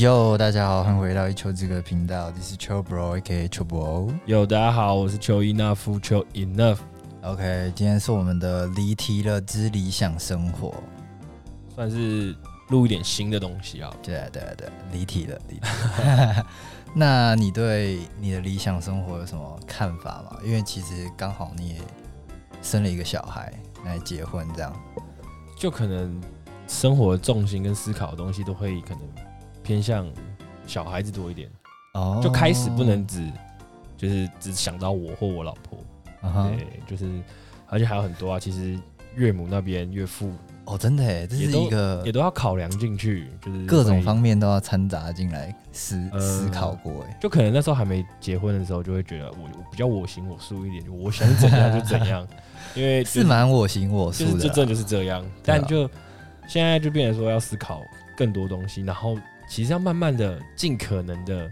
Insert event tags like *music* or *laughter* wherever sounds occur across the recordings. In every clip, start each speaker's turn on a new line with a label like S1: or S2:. S1: 哟，大家好，欢迎回到一秋这个频道，This is 秋 bro A.K.A 秋 bro。
S2: 有大家好，我是 E 邱一纳夫邱 enough。
S1: OK，今天是我们的离题了之理想生活。
S2: 算是录一点新的东西啊。
S1: 对啊，对啊，对啊，离题了，离题了。 *laughs* 那你对你的理想生活有什么看法吗？因为其实刚好你也生了一个小孩，那也结婚这样。
S2: 就可能生活的重心跟思考的东西都会可能偏向小孩子多一点，
S1: 哦
S2: 就开始不能只就是只想到我或我老婆，
S1: 啊哈
S2: 对，就是而且还有很多啊，其实岳母那边岳父
S1: 哦，真的耶，这是
S2: 也都
S1: 一个
S2: 也都要考量进去，就是
S1: 各种
S2: 会
S1: 方面都要掺杂进来思
S2: 呃
S1: 思考过哎。
S2: 就可能那时候还没结婚的时候，就会觉得我我比较我行我素一点，就我想怎样就怎
S1: *laughs*
S2: 样，因为就是
S1: 蛮我行我
S2: 就
S1: 素
S2: 是
S1: 的啊
S2: 这
S1: 啦，
S2: 真的就是这样，但就现在就变成说要思考更多东西，然后其实要慢慢的、尽可能的，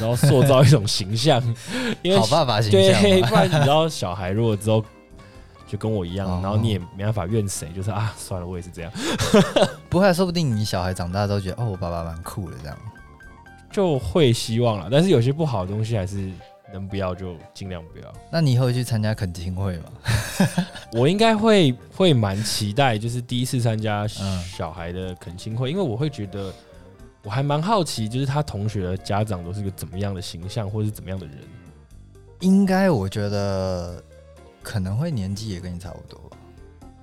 S2: 然后塑造一种
S1: *laughs*
S2: 形象，因为
S1: 好爸爸形象
S2: 对，
S1: 嘛。
S2: 不然你知道小孩如果之后就跟我一样，
S1: 哦
S2: 然后你也没办法怨谁，就是啊，算了，我也是这样，
S1: 不会，说不定你小孩长大之后觉得，哦，我爸爸蛮酷的这样。
S2: 就会希望了。但是有些不好的东西还是能不要就尽量不要。
S1: 那你以后会去参加恳亲会吗？ *laughs*
S2: 我应该会会蛮期待，就是第一次参加
S1: 嗯
S2: 小孩的恳亲会，因为我会觉得我还蛮好奇，就是他同学的家长都是个怎么样的形象，或是怎么样的人。
S1: 应该，我觉得可能会年纪也跟你差不多吧，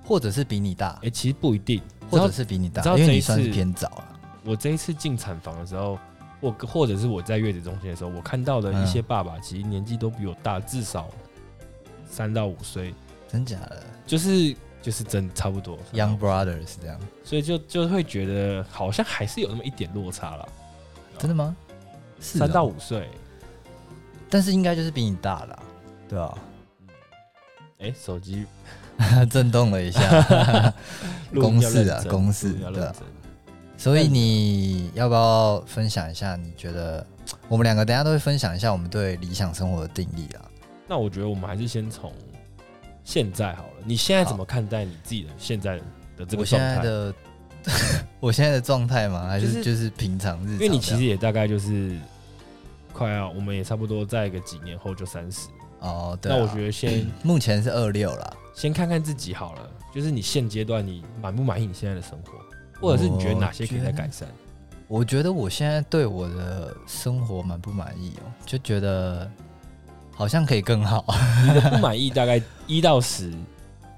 S1: 或者是比你大
S2: 哎、，其实不一定。你知
S1: 或
S2: 道
S1: 者是比你大
S2: 你知，道
S1: 因为
S2: 这
S1: 你
S2: 一
S1: 算是
S2: 次
S1: 偏早啊了。
S2: 我这一次进产房的时候，或或者是我在月子中心的时候，我看到的一些爸爸，其实年纪都比我大，至少三到五岁，
S1: 真假的
S2: 就是就是真哦差不多。
S1: ？Young brother 是这样，
S2: 所以就就会觉得好像还是有那么一点落差了，
S1: 真的吗？是
S2: 三到
S1: 五，
S2: 五岁。
S1: 但是应该就是比你大了啊，对啊，
S2: 哎、手机
S1: *laughs*
S2: 哦
S1: 震动了一
S2: *laughs*
S1: 下。公式啊公式对啊
S2: 的。
S1: 所以你要不要分享一下？你觉得我们两个等一下都会分享一下我们对理想生活的定义啊？
S2: 那我觉得我们还是先从现在好了。你现在怎么看待你自己的现在的这
S1: 我
S2: 个
S1: 现
S2: 状
S1: 在
S2: 态？
S1: 的我现在的状态吗？还是
S2: 就是
S1: 就是平常日常
S2: 因
S1: 这样？
S2: 为你其实也大概就是快要，我们也差不多在个几年后就三十。
S1: 哦，对啊、
S2: 那我觉得先
S1: *clears throat* 目前是二六啦，
S2: 先看看自己好了，就是你现阶段你满不满意你现在的生活，或者是你觉得哪些可以再改善？
S1: 我觉得我现在对我的生活蛮不满意哦，就觉得好像可以更好，啊
S2: 你的不满意大
S1: *laughs*
S2: 概一到十，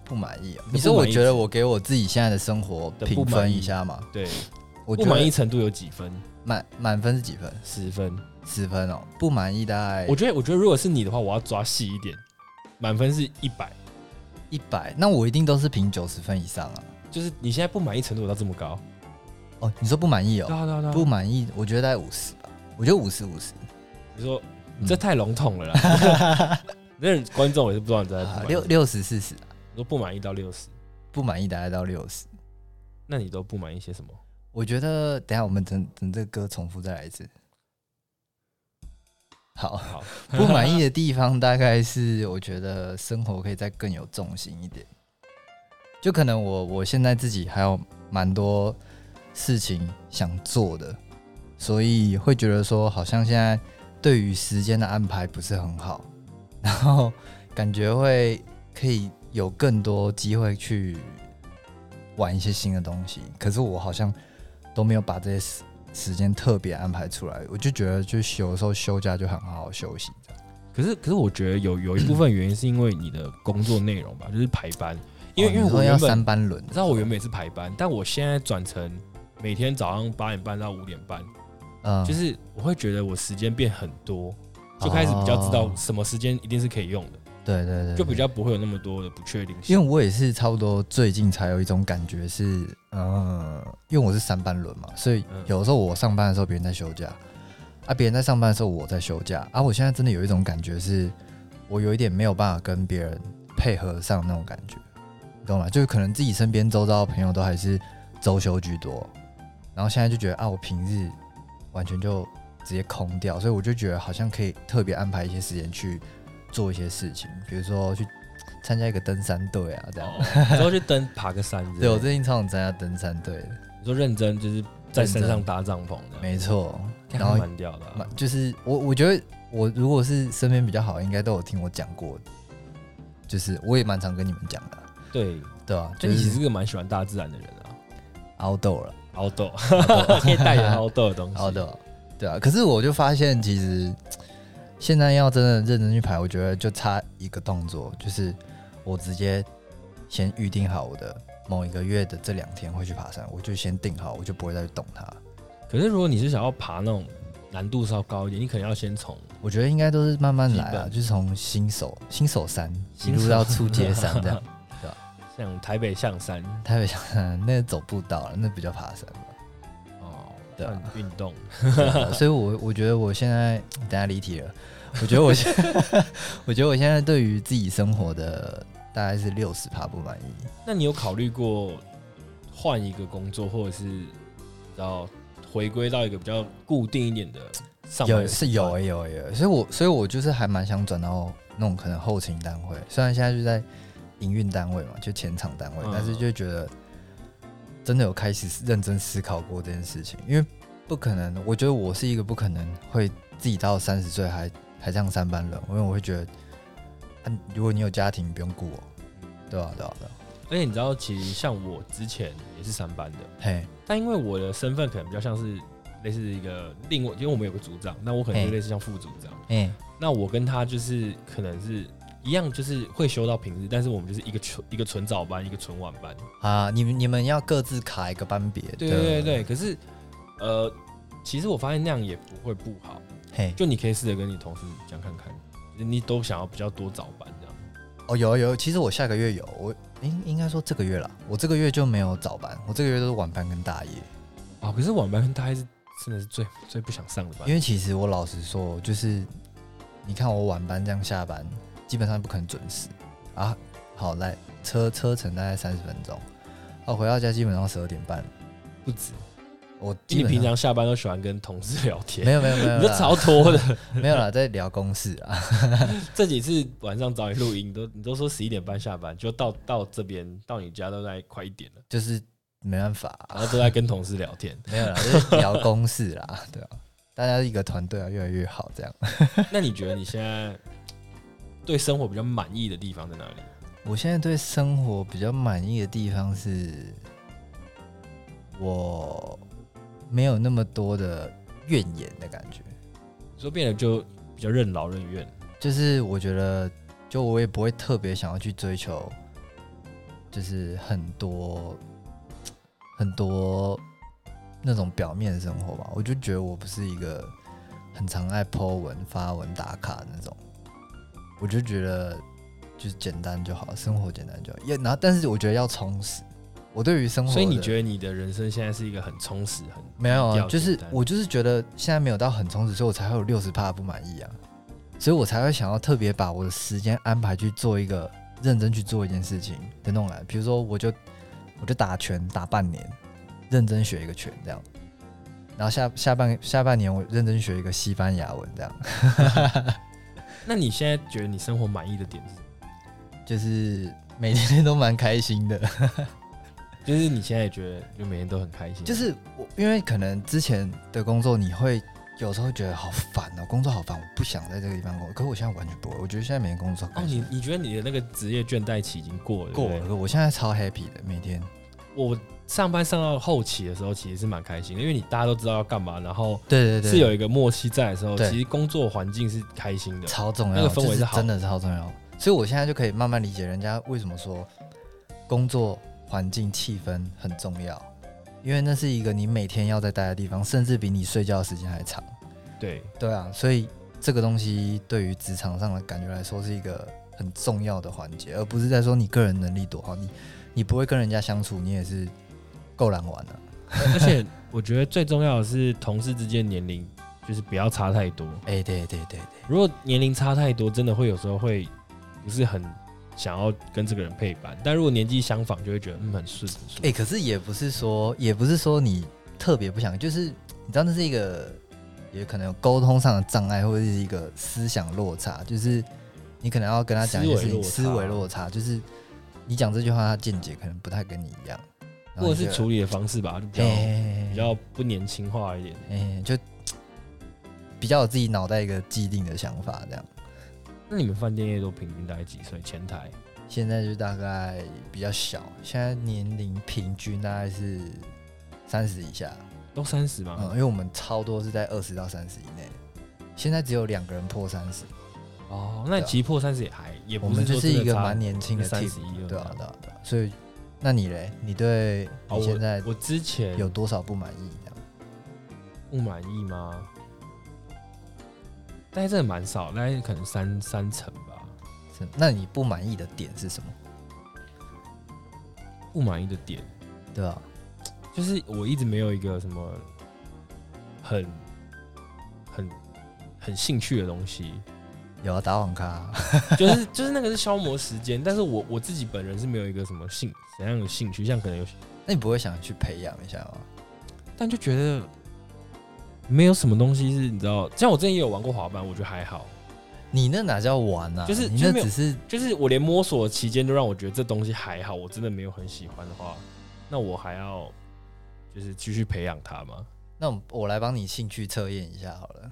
S1: 不满意、哦。
S2: 你
S1: 你说我
S2: 不满意
S1: 觉得我给我自己现在的生活
S2: 的
S1: 评
S2: 不满
S1: 分
S2: 意
S1: 一下嘛？
S2: 对，
S1: 我
S2: 不
S1: 觉
S2: 满意
S1: 得
S2: 程度有几分？
S1: 满满分是几分？
S2: 十分。
S1: 十分哦，不满意大概
S2: 我觉得，我觉得如果是你的话，我要抓细一点，满分是一百，
S1: 一百，那我一定都是评九十分以上啊。
S2: 就是你现在不满意程度有到这么高，
S1: 哦，你说不满意哦？
S2: 啊对啊对啊
S1: 不满意，我觉得大概五十吧，我觉得五十五十，
S2: 你说
S1: 嗯
S2: 你这太笼统了啦，
S1: *laughs*
S2: 那观众也是不知道你在不
S1: 啊
S2: 满意
S1: 六，六十四十，
S2: 你说不满意到六十，
S1: 不满意大概到六十。
S2: 那你都不满意些什么？
S1: 我觉得等一下我们等等这个歌重复再来一次。好，
S2: 好，
S1: 不满意的地方大概是我觉得生活可以再更有重心一点，就可能我我现在自己还有蛮多事情想做的，所以会觉得说好像现在对于时间的安排不是很好，然后感觉会可以有更多机会去玩一些新的东西，可是我好像都没有把这些时时间特别安排出来，我就觉得就是有时候休假就很好好休息这样。
S2: 可是可是我觉得有有一部分原因是因为你的工作内容吧，就是排班，因为、
S1: 哦
S2: 因为
S1: 你说
S2: 我
S1: 要
S2: 原本
S1: 三班轮的时候，
S2: 你知道我原本也是排班，但我现在转成每天早上八点半到五点半，
S1: 嗯
S2: 就是我会觉得我时间变很多，就开始比较知道
S1: 哦
S2: 什么时间一定是可以用的。
S1: 对对对，
S2: 就比
S1: 对
S2: 较不会有那么多的不确定性。
S1: 因为我也是差不多最近才有一种感觉是，呃，因为我是三班轮嘛，所以
S2: 嗯
S1: 有时候我上班的时候别人在休假，啊，别人在上班的时候我在休假，啊，我现在真的有一种感觉是，我有一点没有办法跟别人配合上那种感觉，你懂吗？就是可能自己身边周遭的朋友都还是周休居多，然后现在就觉得啊，我平日完全就直接空掉，所以我就觉得好像可以特别安排一些时间去做一些事情，比如说去参加一个登山队
S2: 哦
S1: 啊，这样。
S2: 哦，之后去登爬个山之类的，
S1: 对我最近超想参加登山队的，
S2: 你说认真就是在
S1: 真
S2: 山
S1: 的
S2: 上搭帐篷的，
S1: 没错，
S2: 干
S1: 然后
S2: 蛮屌的啊、
S1: 蛮就是我我觉得我如果是身边比较好，应该都有听我讲过，就是我也蛮常跟你们讲的啊，
S2: 对，
S1: 对吧、就
S2: 就你其实
S1: 是
S2: 是个蛮喜欢大自然的人啊，
S1: outdoor 了
S2: 凹豆
S1: outdoor
S2: *laughs* 可以代言凹豆的东西，
S1: ，outdoor 对啊。可是我就发现，其实现在要真的认真去排，我觉得就差一个动作，就是我直接先预定好我的某一个月的这两天会去爬山，我就先定好，我就不会再去动它。
S2: 可是如果你是想要爬那种难度稍高一点，你可能要先从
S1: 我觉得应该都是慢慢来
S2: 基
S1: 啊，
S2: 本
S1: 就是从新手新手
S2: *laughs*
S1: 山一
S2: 新手
S1: 路到初阶山这样。
S2: 像台北象山
S1: 台北小山那走步道了，那比较爬山嘛。
S2: 哦，
S1: 对啊
S2: 算运动，
S1: 对啊所以我，我觉得我现在等下离题了。我觉得我现 *laughs* 我觉得我现在对于自己生活的大概是六十趴不满意。
S2: 那你有考虑过换一个工作，或者是要回归到一个比较固定一点的上班
S1: 有
S2: 时
S1: 是
S2: 段
S1: 有、欸、有欸有欸，所以我所以我就是还蛮想转到那种可能后勤单位，虽然现在就在营运单位嘛，就前场单位，
S2: 嗯
S1: 但是就觉得真的有开始认真思考过这件事情，因为不可能，我觉得我是一个不可能会自己到三十岁还还这样上班人，因为我会觉得，啊，如果你有家庭，你不用顾我，对吧、对吧、啊对吧、
S2: 而且你知道，其实像我之前也是上班的，
S1: 嘿，
S2: 但因为我的身份可能比较像是类似一个另外，因为我们有个组长，那我可能就
S1: 嘿
S2: 类似像副组长。
S1: 哎、
S2: 那我跟他就是可能是一样，就是会休到平日，但是我们就是一个纯一个纯早班，一个纯晚班。
S1: 啊，你们你们要各自卡一个班别，
S2: 对对对，对，可是呃，其实我发现那样也不会不好，
S1: 嘿，
S2: 就你可以试着跟你同事讲看看，你都想要比较多早班这样。
S1: 哦，有有，其实我下个月有，我应应该说这个月啦，我这个月就没有早班，我这个月都是晚班跟大夜。
S2: 啊，可是晚班大概是真的是最最不想上的班，
S1: 因为其实我老实说，就是你看我晚班这样下班，基本上不可能准时啊。好，来车车程大概三十分钟，哦、回到家基本上十二点半，
S2: 不止。
S1: 我基
S2: 你
S1: 本
S2: 平
S1: 上
S2: 常下班都喜欢跟同事聊天
S1: 没，有没有没有
S2: *laughs* 你这
S1: 啦
S2: 超脱的。
S1: 没有啦，在聊公事啊。
S2: 这几次晚上找你录音，你都你都说十一点半下班，就到到这边到你家都在快一点了，
S1: 就是没办法啊、
S2: 然后都在跟同事聊
S1: *laughs*
S2: 天。
S1: 没有啦，就是聊公事啦， *laughs* 对啊，大家一个团队啊，越来越好这样。
S2: 那你觉得你现在对生活比较满意的地方在哪里？
S1: 我现在对生活比较满意的地方是，我没有那么多的怨言的感觉，
S2: 你说变得就比较任劳任怨，
S1: 就是我觉得，就我也不会特别想要去追求，就是很多很多那种表面的生活吧。我就觉得我不是一个很常爱 po 文、发文打卡那种，我就觉得就是简单就好，生活简单就好。也然后，但是我觉得要充实。我对于生活的，
S2: 所以你觉得你的人生现在是一个很充实、很
S1: 没有啊，
S2: 低调
S1: 就是
S2: 简单
S1: 我就是觉得现在没有到很充实，所以我才会有六十帕不满意啊，所以我才会想要特别把我的时间安排去做一个认真去做一件事情的弄来，比如说我就我就打拳打半年，认真学一个拳这样，然后下下半下半年我认真学一个西班牙文这样， *laughs*
S2: 那你现在觉得你生活满意的点是什么？
S1: 就是每天都蛮开心的。 *laughs*
S2: 就是你现在也觉得就每天都很开心，
S1: 就是我，因为可能之前的工作，你会有时候觉得好烦哦，工作好烦，我不想在这个地方工作。可是我现在完全不会，我觉得现在每天工作
S2: 哦，
S1: 开心
S2: 你你觉得你的那个职业倦怠期已经过了，
S1: 过
S2: 对不对
S1: 了，我现在超 happy 的，每天
S2: 我上班上到后期的时候，其实是蛮开心的，因为你大家都知道要干嘛，然后
S1: 对对对，
S2: 是有一个默契在的时候，
S1: 对
S2: 其实工作环境是开心的。
S1: 超重要，
S2: 那个氛围
S1: 就是
S2: 好
S1: 真的超重要。所以我现在就可以慢慢理解人家为什么说工作环境气氛很重要，因为那是一个你每天要在待的地方，甚至比你睡觉的时间还长。
S2: 对，
S1: 对啊，所以这个东西对于职场上的感觉来说是一个很重要的环节，而不是在说你个人能力多好，你你不会跟人家相处，你也是够难玩的、
S2: *laughs* 而且我觉得最重要的是同事之间年龄就是不要差太多。
S1: 哎、对对对对，
S2: 如果年龄差太多，真的会有时候会不是很想要跟这个人配班。但如果年纪相仿，就会觉得嗯很顺很
S1: 哎、
S2: 顺。
S1: 可是也不是说也不是说你特别不想，就是你知道那是一个也可能有沟通上的障碍，或者是一个思想落差，就是你可能要跟他讲一些事情，
S2: 思
S1: 思
S2: 维落差
S1: 维落差，就是你讲这句话，他见解可能不太跟你一样。然
S2: 或
S1: 后
S2: 者
S1: 你
S2: 是
S1: 就
S2: 处理的方式吧，就比较
S1: 哎
S2: 比较不年轻化一点。
S1: 哎，就比较有自己脑袋一个既定的想法这样。
S2: 那你们饭店业都平均大概几岁？前台
S1: 现在就大概比较小，现在年龄平均大概是三十以下，
S2: 都三十吗？
S1: 嗯，因为我们超多是在二十到三十以内，现在只有两个人破三十，
S2: 哦，那
S1: 对啊
S2: 急破三十也还也
S1: 我
S2: 不
S1: 们
S2: 是
S1: 就
S2: 说
S1: 是
S2: 真的
S1: 一个
S2: 差
S1: 蛮年轻的
S2: 三
S1: team，
S2: 十一二
S1: 对啊，对
S2: 这样
S1: 啊，对啊，所以那你嘞，你对
S2: 哦
S1: 你现在
S2: 我之前
S1: 有多少不满意？这样
S2: 不满意吗？但是真的蛮少，大概可能三三成吧。
S1: 是，那你不满意的点是什么？
S2: 不满意的点
S1: 对啊，
S2: 就是我一直没有一个什么很很很兴趣的东西，
S1: 有啊，打 *laughs* 网咖，
S2: 就是 *laughs* 就是那个是消磨时间，但是我我自己本人是没有一个什么兴怎样的兴趣，像可能有，
S1: 那你不会想去培养一下吗？
S2: 但就觉得没有什么东西是你知道，像我之前也有玩过滑板，我觉得还好，
S1: 你那哪叫玩啊？
S2: 就是
S1: 你
S2: 就
S1: 那
S2: 是没有
S1: 只是
S2: 就是我连摸索期间都让我觉得这东西还好，我真的没有很喜欢的话，那我还要就是继续培养它吗？
S1: 那我们我来帮你兴趣测验一下好了。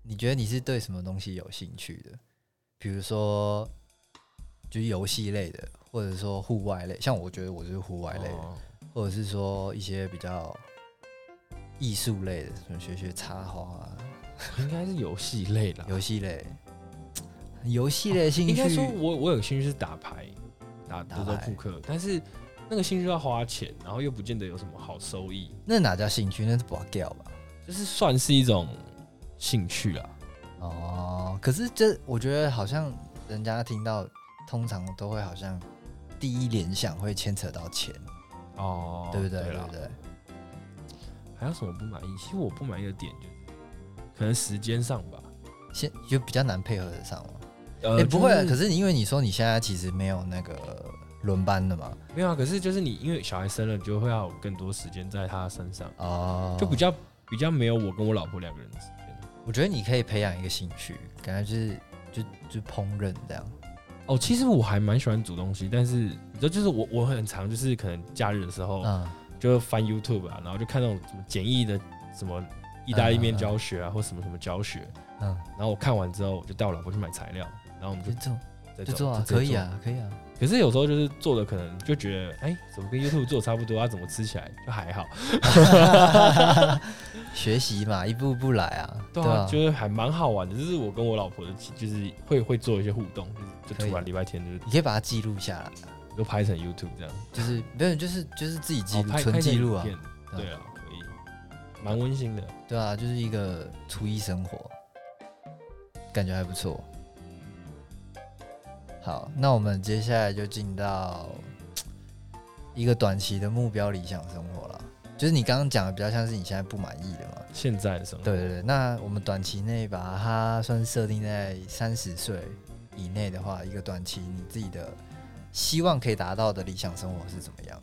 S1: 你觉得你是对什么东西有兴趣的？比如说，就是游戏类的，或者说户外类，像我觉得我就是户外类的，
S2: 哦
S1: 或者是说一些比较艺术类的，什么学学插花啊，
S2: 应该是游戏类啦。
S1: 游戏类，游戏类的兴
S2: 哦应
S1: 趣
S2: 该，说我我有兴趣是打牌，打
S1: 打
S2: 德州
S1: 牌
S2: 扑克，但是那个兴趣要花钱，然后又不见得有什么好收益，
S1: 那哪叫兴趣？那是拔掉吧。
S2: 就是算是一种兴趣啊啦。
S1: 哦，可是这我觉得好像人家听到，通常都会好像第一联想会牵扯到钱。
S2: 哦
S1: 对不对？
S2: 对
S1: 对
S2: 啦
S1: 不对？
S2: 还有什么不满意？其实我不满意的点就是可能时间上吧。
S1: 现就比较难配合得上嘛。
S2: 呃
S1: 哎、不会啊，可
S2: 是
S1: 是你因为你说你现在其实没有那个轮班的嘛，
S2: 没有啊，可是就是你因为小孩生了，你就会要有更多时间在他身上，
S1: 哦，
S2: 就比较比较没有我跟我老婆两个人的时间。
S1: 我觉得你可以培养一个兴趣，感觉就是就就烹饪这样。
S2: 哦，其实我还蛮喜欢煮东西，但是你知道，就是我我很常就是可能假日的时候，
S1: 嗯，
S2: 就翻 YouTube 啊，然后就看那种什么简易的什么意大利面教学啊，或什么什么教学。
S1: 嗯，
S2: 然后我看完之后，我就带我老婆去买材料，然后我们
S1: 就
S2: 就
S1: 做嗯
S2: 在
S1: 就做啊，可以。啊， *laughs* 可以啊。
S2: 就直接做可是有时候就是做的可能就觉得，哎、怎么跟 YouTube 做得差不多啊？怎么吃起来就还好？
S1: 学习嘛，一步一步来啊，
S2: 对
S1: 对
S2: 啊，
S1: 吧、
S2: 就是还蛮好玩的。就是我跟我老婆的，就是会会做一些互动，就是
S1: 可
S2: 就
S1: 以
S2: 突然礼拜天就是
S1: 你可以把它记录下来，
S2: 就拍成 YouTube 这样，
S1: 就是没有，就是就是自己记
S2: 哦
S1: 录，
S2: 拍
S1: 纯
S2: 拍成
S1: 记录啊
S2: 影，片对啊，可以，蛮温馨的。
S1: 对啊，就是一个厨艺生活，感觉还不错。好，那我们接下来就进到一个短期的目标理想生活了，就是你刚刚讲的比较像是你现在不满意的嘛。
S2: 现在的生活，
S1: 对对对，那我们短期内把它算是设定在三十岁以内的话，一个短期你自己的希望可以达到的理想生活是怎么样？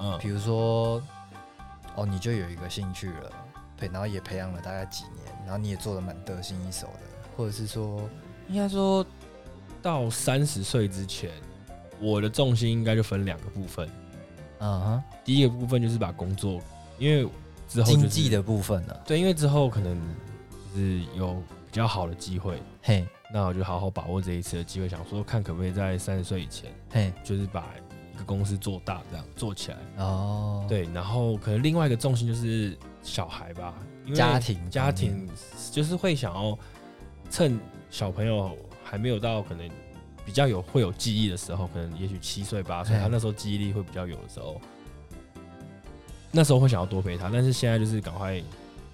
S2: 嗯
S1: 比如说，哦，你就有一个兴趣了，培，然后也培养了大概几年，然后你也做的蛮得心应手的，或者是说，
S2: 应该说到三十岁之前，我的重心应该就分两个部分。
S1: 嗯
S2: 第一个部分就是把工作，因为之
S1: 哼，
S2: 后、就
S1: 经
S2: 是、
S1: 济的部分呢、
S2: 对，因为之后可能就是有比较好的机会，
S1: 嘿，
S2: 那我就好好把握这一次的机会，想说看可不可以在三十岁以前，
S1: 嘿，
S2: 就是把一个公司做大，这样做起来。
S1: 哦，，
S2: 对，然后可能另外一个重心就是小孩吧，因为
S1: 家庭，
S2: 家，庭就是会想要趁小朋友还没有到可能比较有会有记忆的时候，可能也许七岁八岁，
S1: 嗯
S2: 他那时候记忆力会比较有的时候，那时候会想要多陪他，但是现在就是赶快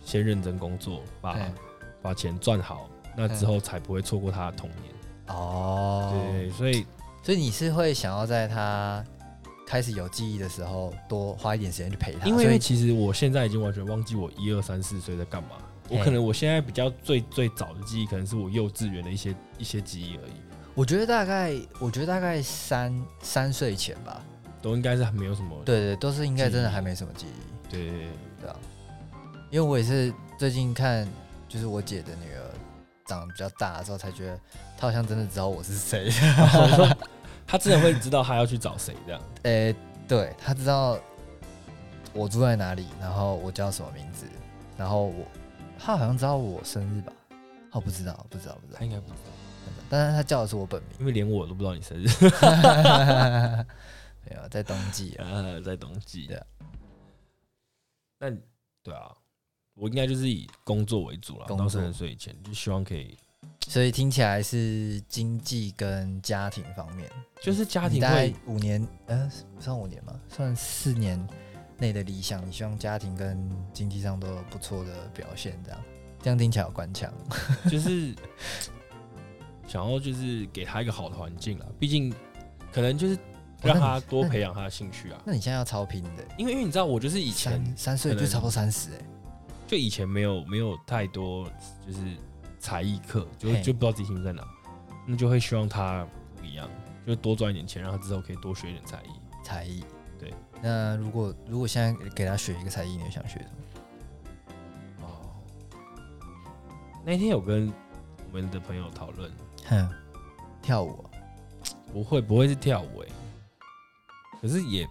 S2: 先认真工作，把
S1: 嗯
S2: 把钱赚好，那之后才不会错过他的童年。
S1: 哦，
S2: 对，所以
S1: 所以你是会想要在他开始有记忆的时候，多花一点时间去陪他，
S2: 因为
S1: 所
S2: 因为
S1: 以
S2: 啊其实我现在已经完全忘记我一二三四岁在干嘛。我
S1: 嘿
S2: 可能我现在比较最最早的记忆，可能是我幼稚园的一些一些记忆而已。
S1: 我觉得大概，我觉得大概三三岁前吧，
S2: 都应该是没有什么
S1: 对对，都是应该真的
S2: 记忆
S1: 还没什么记忆。
S2: 对对
S1: 对啊，因为我也是最近看，就是我姐的女儿长得比较大之后，才觉得她好像真的知道我是谁。 *laughs*
S2: *laughs* 对，他真的会知道他要去找谁这样。
S1: 诶、对，她知道我住在哪里，然后我叫什么名字，然后我他好像知道我生日吧？哦，不知道，不知道，不知道
S2: 他，应该不知道，
S1: 但是他叫的是我本名。
S2: 因为连我都不知道
S1: *laughs*
S2: 你生日。
S1: 没有，在冬季啊，
S2: 呃，在冬季
S1: 对啊
S2: 那对啊，我应该就是以工作为主了，
S1: 工作
S2: 到三十岁以前就希望可以，
S1: 所以听起来是经济跟家庭方面，
S2: 就是家
S1: 嗯你
S2: 庭
S1: 大概
S2: 会
S1: 五年，呃，算五年吗？算四年内的理想，你希望家庭跟经济上都有不错的表现，这样，这样听起来有关腔。 *laughs*
S2: 就是想要就是给他一个好的环境了，毕竟可能就是让他多培养他的兴趣啊。
S1: 哦那你现在要超拼的、
S2: 因为因为你知道，我就是以前
S1: 三三岁
S2: 可
S1: 就
S2: 能
S1: 差不多三十哎，
S2: 就以前没有没有太多就是才艺课，就
S1: 嘿
S2: 就不知道自己兴趣在哪，那就会希望他不一样，就多赚一点钱，让他之后可以多学一点才艺。
S1: 才艺。
S2: 对，
S1: 那如果如果现在给他学一个才艺，你会想学什么？
S2: 哦，那天有跟我们的朋友讨论，
S1: 哼，跳舞哦、
S2: 不会不会是跳舞、欸，可是也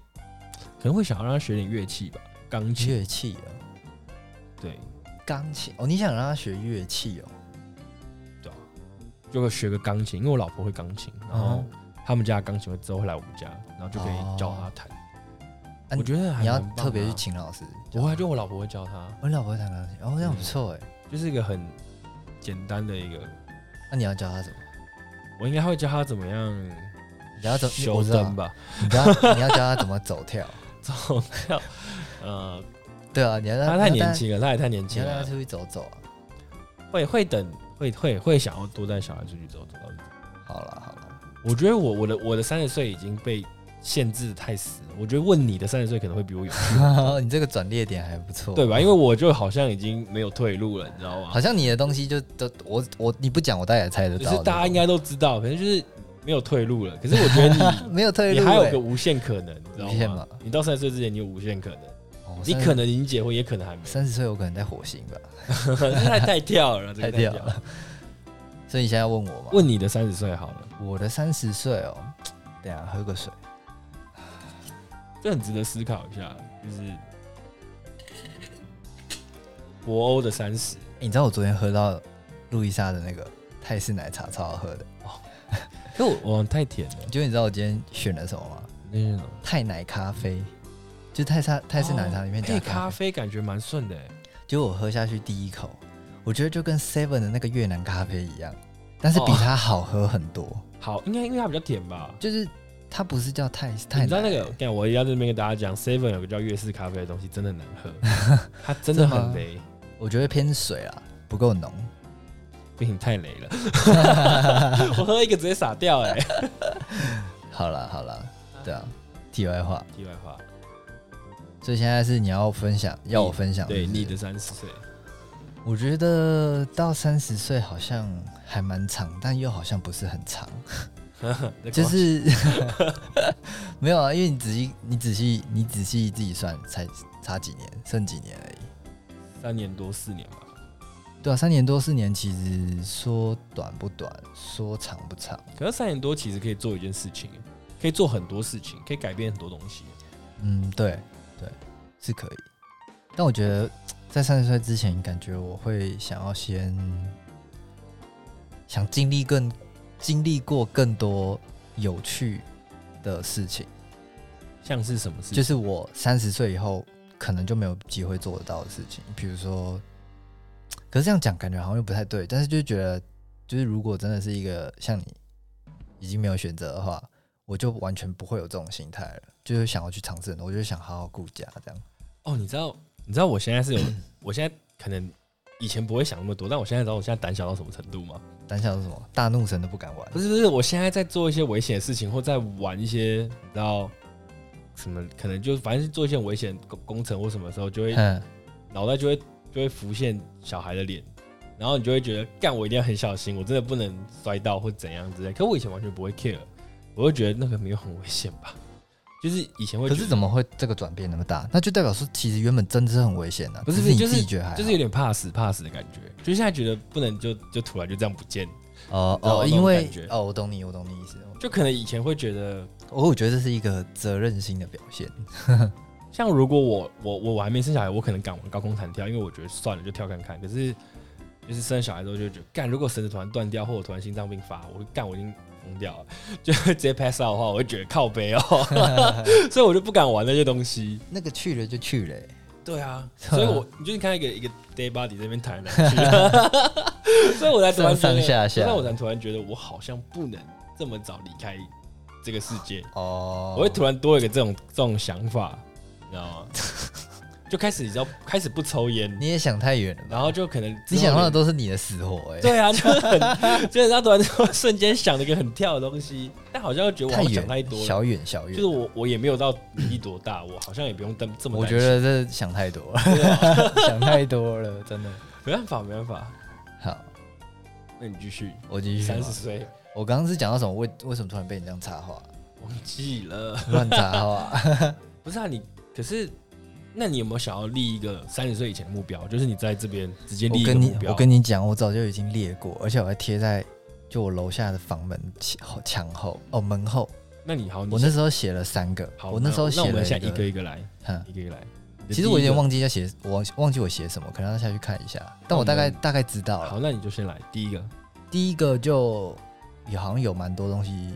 S2: 可能会想要让他学点乐器吧，钢琴。
S1: 乐器哦、
S2: 对
S1: 钢琴哦，你想让他学乐器哦、
S2: 对啊，就会学个钢琴，因为我老婆会钢琴，然
S1: 哦
S2: 后他们家的钢琴会之后会来我们家，然后就可以教他弹。
S1: 啊
S2: 我觉得还
S1: 你要
S2: 蛮棒的啊
S1: 特别去请老师。
S2: 不会，就我嗯老婆会教他，
S1: 我老婆会弹钢琴，哦，这样不错哎。
S2: 就是一个很简单的一个，
S1: 那你要教他什么？
S2: 我应该会教他怎么样
S1: 你要怎么？
S2: 修
S1: 我知道
S2: 灯，吧，
S1: 你知道你要教他怎么走
S2: *laughs*
S1: 跳。
S2: 走跳，呃，
S1: *laughs* 对啊，你要让
S2: 他太年，
S1: 你
S2: 轻了，他也太年轻
S1: 要带你要让
S2: 了
S1: 他，出去走走啊。
S2: 会会等，会会会想要多带小孩出去走走。
S1: 好了好了，
S2: 我觉得我我的我的三十岁已经被限制得太死了，我觉得问你的三十岁可能会比我有趣，
S1: 你这个转捩点还不错，
S2: 对吧？因为我就好像已经没有退路了，你知道
S1: 好
S2: 吗？
S1: 像你的东西就都我我你不讲，我大概也猜得
S2: 就
S1: 到。
S2: 是大家应该都知道，可能就是没有退路了。可是我觉
S1: *laughs*
S2: 得
S1: 没有
S2: 你
S1: 退
S2: 你
S1: 路
S2: 还有
S1: 欸
S2: 个，无限可能，你知
S1: 无限
S2: 道
S1: 嘛
S2: 吗？你到三十岁之前，你有无限可能，
S1: 哦
S2: 你可能已经结婚，也可能还没
S1: *laughs*
S2: 有，
S1: 三十岁，我可能在火星吧，
S2: 这太太跳了，这
S1: 太
S2: 个
S1: 屌
S2: 跳
S1: 了。。所以你现在要问我吗？
S2: 问你的三十岁好了，
S1: 我的三十岁哦，等一下喝个水。
S2: 这很值得思考一下，就是博欧的三十。
S1: 欸你知道我昨天喝到路易莎的那个泰式奶茶，超好喝的。
S2: 可我我哦太甜了，
S1: 你觉得你知道我今天选了什么吗？
S2: 那是什么
S1: 泰奶咖啡，就泰沙泰式奶茶里面加
S2: 配
S1: 咖
S2: 哎咖
S1: 啡。
S2: 啡感觉蛮顺的欸，
S1: 结果我喝下去第一口，我觉得就跟 Seven 的那个越南咖啡一样，但是比
S2: 哦
S1: 它好喝很多。
S2: 好，应该因为它比较甜吧。
S1: 就是它不是叫泰泰奶，
S2: 你知道那个？干，我一定要在这边跟大家讲，Seven 有个叫粤式咖啡的东西，真的难喝，
S1: *laughs*
S2: 它真的很雷，
S1: 我觉得偏水啊，不够浓。
S2: 不行，
S1: *laughs*
S2: 太雷了。我喝一个直接傻掉哎。
S1: 好啦好啦，对啊，题外话。
S2: 题外话，
S1: 所以现在是你要分享，要我分享
S2: 对
S1: 是不是
S2: 你的三十岁，
S1: 我觉得到三十岁好像还蛮长，但又好像不是很长，就是 *laughs* 没有啊，因为你仔细、你仔细、你仔细自己算，才差几年，剩几年而已。
S2: 三年多四年吧，
S1: 对啊，三年多四年，其实说短不短，说长不长。
S2: 可是三年多其实可以做一件事情，可以做很多事情，可以改变很多东西。
S1: 嗯，对对，是可以。但我觉得在三十岁之前，感觉我会想要先想经历更经历过更多有趣的事情，
S2: 像是什么事？
S1: 就是是我三十岁以后可能就没有机会做得到的事情，比如说，可是这样讲感觉好像又不太对，但是就觉得，就是如果真的是一个像你已经没有选择的话，我就完全不会有这种心态了，就是想要去尝试很多，我就想好好顾家这样。
S2: 哦，你知道，你知道我现在是有，我现在可能以前不会想那么多，但我现在知道我现在胆小到什么程度吗？
S1: 胆小是什么？大怒神都不敢玩
S2: 不。是不是，我现在在做一些危险的事情，或在玩一些你知道什么，可能就反正是做一些危险工工程或什么的时候，就会
S1: 嗯，
S2: 脑袋就会就会浮现小孩的脸，然后你就会觉得干我一定要很小心，我真的不能摔到或怎样之类。可我以前完全不会 care，我会觉得那个没有很危险吧，就是以前会
S1: 可
S2: 觉
S1: 是
S2: 得
S1: 怎么会这个转变那么大？那就代表说，其实原本真的是很危险的、啊
S2: 不是
S1: 只是
S2: 不
S1: 你
S2: 是
S1: 自己觉得还好
S2: 就是有点怕死怕死的感觉，就现在觉得不能就就突然就这样不见，
S1: 哦
S2: 知道
S1: 哦，
S2: 那种
S1: 因为
S2: 感觉
S1: 哦，我懂你，我懂你意思。
S2: 就可能以前会觉得
S1: 我我觉得这是一个责任心的表现。
S2: 像如果我我我我还没生小孩，我可能敢玩高空弹跳，因为我觉得算了就跳看看。可是就是生小孩之后就觉得，干如果绳子突然断掉，或者我突然心脏病发，我干我已经疯掉了， *laughs* 就直接 pass out 的话，我会觉得
S1: *laughs*
S2: 靠背哦、 *laughs* 所以我就不敢玩那些东西。
S1: 那个去了就去了欸、
S2: 对啊，所
S1: *laughs*
S2: 以我你就是看一个一个 day body 这边弹来去， *laughs* 所以我才突然觉
S1: 上上
S2: 得
S1: 下下
S2: 所以我才突然觉得我好像不能这么早离开这个世界，
S1: 哦，
S2: 我会突然多一个这种这种想法，你
S1: *laughs*
S2: 知道吗？就开始你知道开始不抽烟，
S1: 你也想太远了吧？
S2: 然后就可能
S1: 你想到的
S2: 到
S1: 都是你的死活、欸，
S2: 对啊，就很 *laughs* 就是他突然就瞬间想了一个很跳的东西，但好像又觉得我
S1: 太
S2: 好像想太
S1: 远，
S2: 多了，
S1: 小远小
S2: 就
S1: 远。
S2: 是我我也没有到年纪多大，我 *coughs* 好像也不用这么这么
S1: 我
S2: 担
S1: 觉
S2: 心，
S1: 得这想太多了，
S2: 对啊
S1: *laughs* 想太多了，真的。
S2: 没办法没办法，
S1: 好，
S2: 那你继续。
S1: 我继续
S2: 三
S1: 嘛。
S2: 十岁，
S1: 我刚刚是讲到什么？为为什么突然被你这样插话？
S2: 忘记了。
S1: 乱插
S2: *laughs*
S1: 话？
S2: 不是啊，你可是，那你有没有想要立一个三十岁以前的目标？就是你在这边直接立
S1: 我
S2: 一个
S1: 跟
S2: 目
S1: 你
S2: 标。
S1: 我跟你讲，我早就已经列过，而且我还贴在就我楼下的房门墙墙后哦门后。
S2: 那你好，你
S1: 我那时候写了三个，
S2: 好，
S1: 我那时候写
S2: 那我们
S1: 了
S2: 现在一个
S1: 个。
S2: 一个来，
S1: 嗯
S2: 一个一个来。你的
S1: 其实我有
S2: 第一
S1: 点
S2: 个
S1: 忘记要写，我忘忘记我写什么，可能要下去看一下。但我大概
S2: 那我们
S1: 大概知道了。
S2: 好，那你就先来第一个。
S1: 第一个就也好像有蛮多东西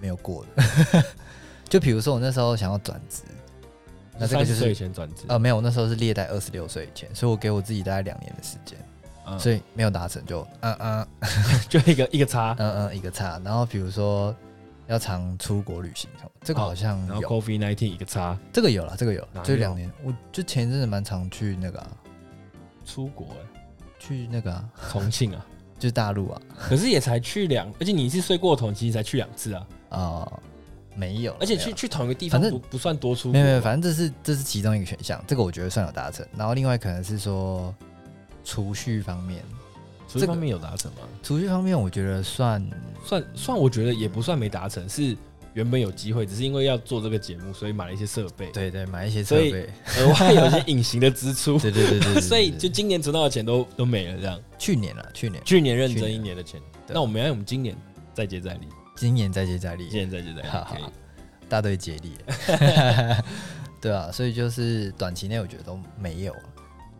S1: 没有过的， *laughs* 就比如说我那时候想要转职，那这个
S2: 三
S1: 就
S2: 十
S1: 是
S2: 岁以前转职
S1: 呃，没有，我那时候是列在二十六岁以前，所以我给我自己大概两年的时间，
S2: 嗯
S1: 所以没有达成就嗯嗯
S2: *laughs* 就一个一个叉，
S1: 嗯嗯一个差。然后比如说要常出国旅行什么，这个好像
S2: 哦然
S1: 嗯
S2: 后
S1: 有，
S2: COVID nineteen 一个叉，
S1: 这个有了，这个有
S2: 哪
S1: 了，就
S2: 有
S1: 两年。我就前一阵子蛮常去那个啊、
S2: 出国欸
S1: 去那个、啊、 *laughs*
S2: 重庆啊，
S1: 就是大陆啊
S2: 可是也才去两，而且你一次睡过头，其实才去两次啊，
S1: 啊、没有啦，
S2: 而且
S1: 没有
S2: 去
S1: 啦
S2: 去同一个地方
S1: 反
S2: 不
S1: 正
S2: 不算多出国吧，
S1: 没有没有，反正这是这是其中一个选项，这个我觉得算有达成。然后另外可能是说储蓄方面，
S2: 这
S1: 这
S2: 方
S1: 个
S2: 面有达成吗？啊
S1: 储蓄方面我觉得算
S2: 算算，我觉得也不算没达成，是原本有机会，只是因为要做这个节目，所以买了一些设备，
S1: 对对，买一些设
S2: 所以
S1: 备，
S2: 额外有一些隐形的支
S1: *laughs*
S2: 出，
S1: 对对对对对
S2: *laughs*
S1: 对
S2: 所以
S1: 对
S2: 就今年存到的钱都都没了。这样，
S1: 去年了，去年
S2: 去年认
S1: 去
S2: 真
S1: 年
S2: 一年的钱，
S1: 对
S2: 那我们要我们今年再接再厉，
S1: 今年再接再厉，
S2: 今年再接再
S1: 好
S2: 厉，
S1: 好
S2: 可以。
S1: 大队接
S2: *laughs*
S1: 力，对啊，所以就是短期内我觉得都没有，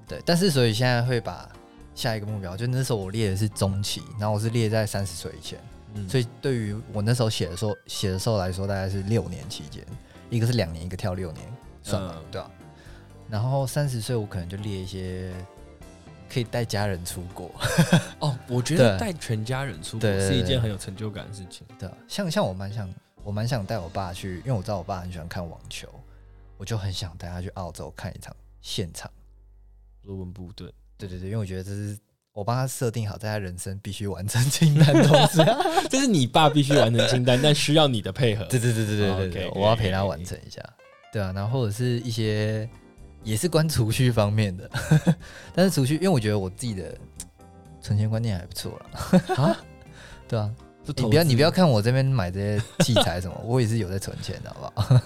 S1: 对，但是所以现在会把下一个目标，就那时候我列的是中期，然后我是列在三十岁以前，
S2: 嗯，
S1: 所以对于我那时候写的时候写的时候来说，大概是六年期间，一个是两年，一个跳六年，算吧，
S2: 嗯
S1: 对啊。然后三十岁我可能就列一些可以带家人出国， *laughs*
S2: 哦，我觉得
S1: 对
S2: 带全家人出国
S1: 对对
S2: 是一
S1: 对
S2: 件很有成就感的事情。
S1: 对啊，像像我蛮想我蛮想带我爸去，因为我知道我爸很喜欢看网球，我就很想带他去澳洲看一场现场。
S2: 罗文布顿，
S1: 对对对，因为我觉得这是我帮他设定好在他人生必须完成清单中之
S2: *laughs* 这是你爸必须完成清单，但需要你的哦配合。
S1: 对对对对对对对
S2: OK，可以
S1: 我要
S2: 可以
S1: 陪他
S2: 可以
S1: 完成一下。对啊，然后或者是一些也是关储蓄方面的， *laughs* 但是储蓄，因为我觉得我自己的存钱观念还不错了。
S2: 啊，
S1: *laughs* 对啊，
S2: 是
S1: 你
S2: 投
S1: 不要
S2: 资
S1: 你不要看我这边买这些器材什么， *laughs* 我也是有在存钱的，好不 *laughs* 好？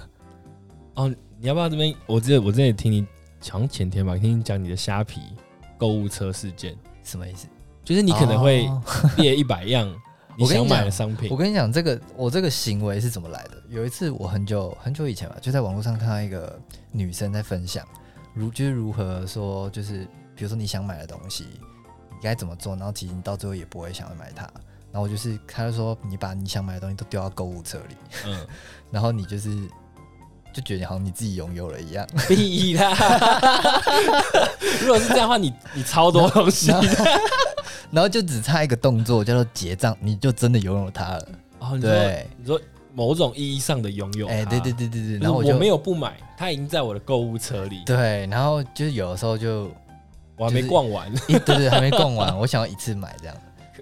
S2: 哦，你要不要这边？我之前我之前也听你，好像前天吧，听你讲你的虾皮购物车事件，
S1: 什么意思？
S2: 就是你可能会
S1: 哦
S2: 列一百样
S1: *laughs*
S2: 你
S1: 我跟你
S2: 想买
S1: 讲
S2: 的商品
S1: 我。跟你讲，这个我这个行为是怎么来的？有一次，我很久很久以前吧，就在网络上看到一个女生在分享，如就是如何说，就是比如说你想买的东西，你该怎么做，然后其实你到最后也不会想要买它。然后我就是，他就说你把你想买的东西都丢到购物车里， *laughs*
S2: 嗯， *laughs*
S1: 然后你就是就觉得好像你自己拥有了一
S2: *laughs*
S1: 样。
S2: 屁啦！如果是这样的话，你你超多东西
S1: 然后 *laughs* 然后就只差一个动作叫做结账，你就真的拥有它了。
S2: 哦，你说
S1: 对，
S2: 你说某种意义上的拥有它，啊
S1: 哎、对对对对对，
S2: 就是
S1: 然后
S2: 我
S1: 就
S2: 没有不买，它已经在我的购物车里，
S1: 对，然后就是有的时候就
S2: 我还没
S1: 就是
S2: 逛完，
S1: 一对对，还没逛完，我想要一次买这样，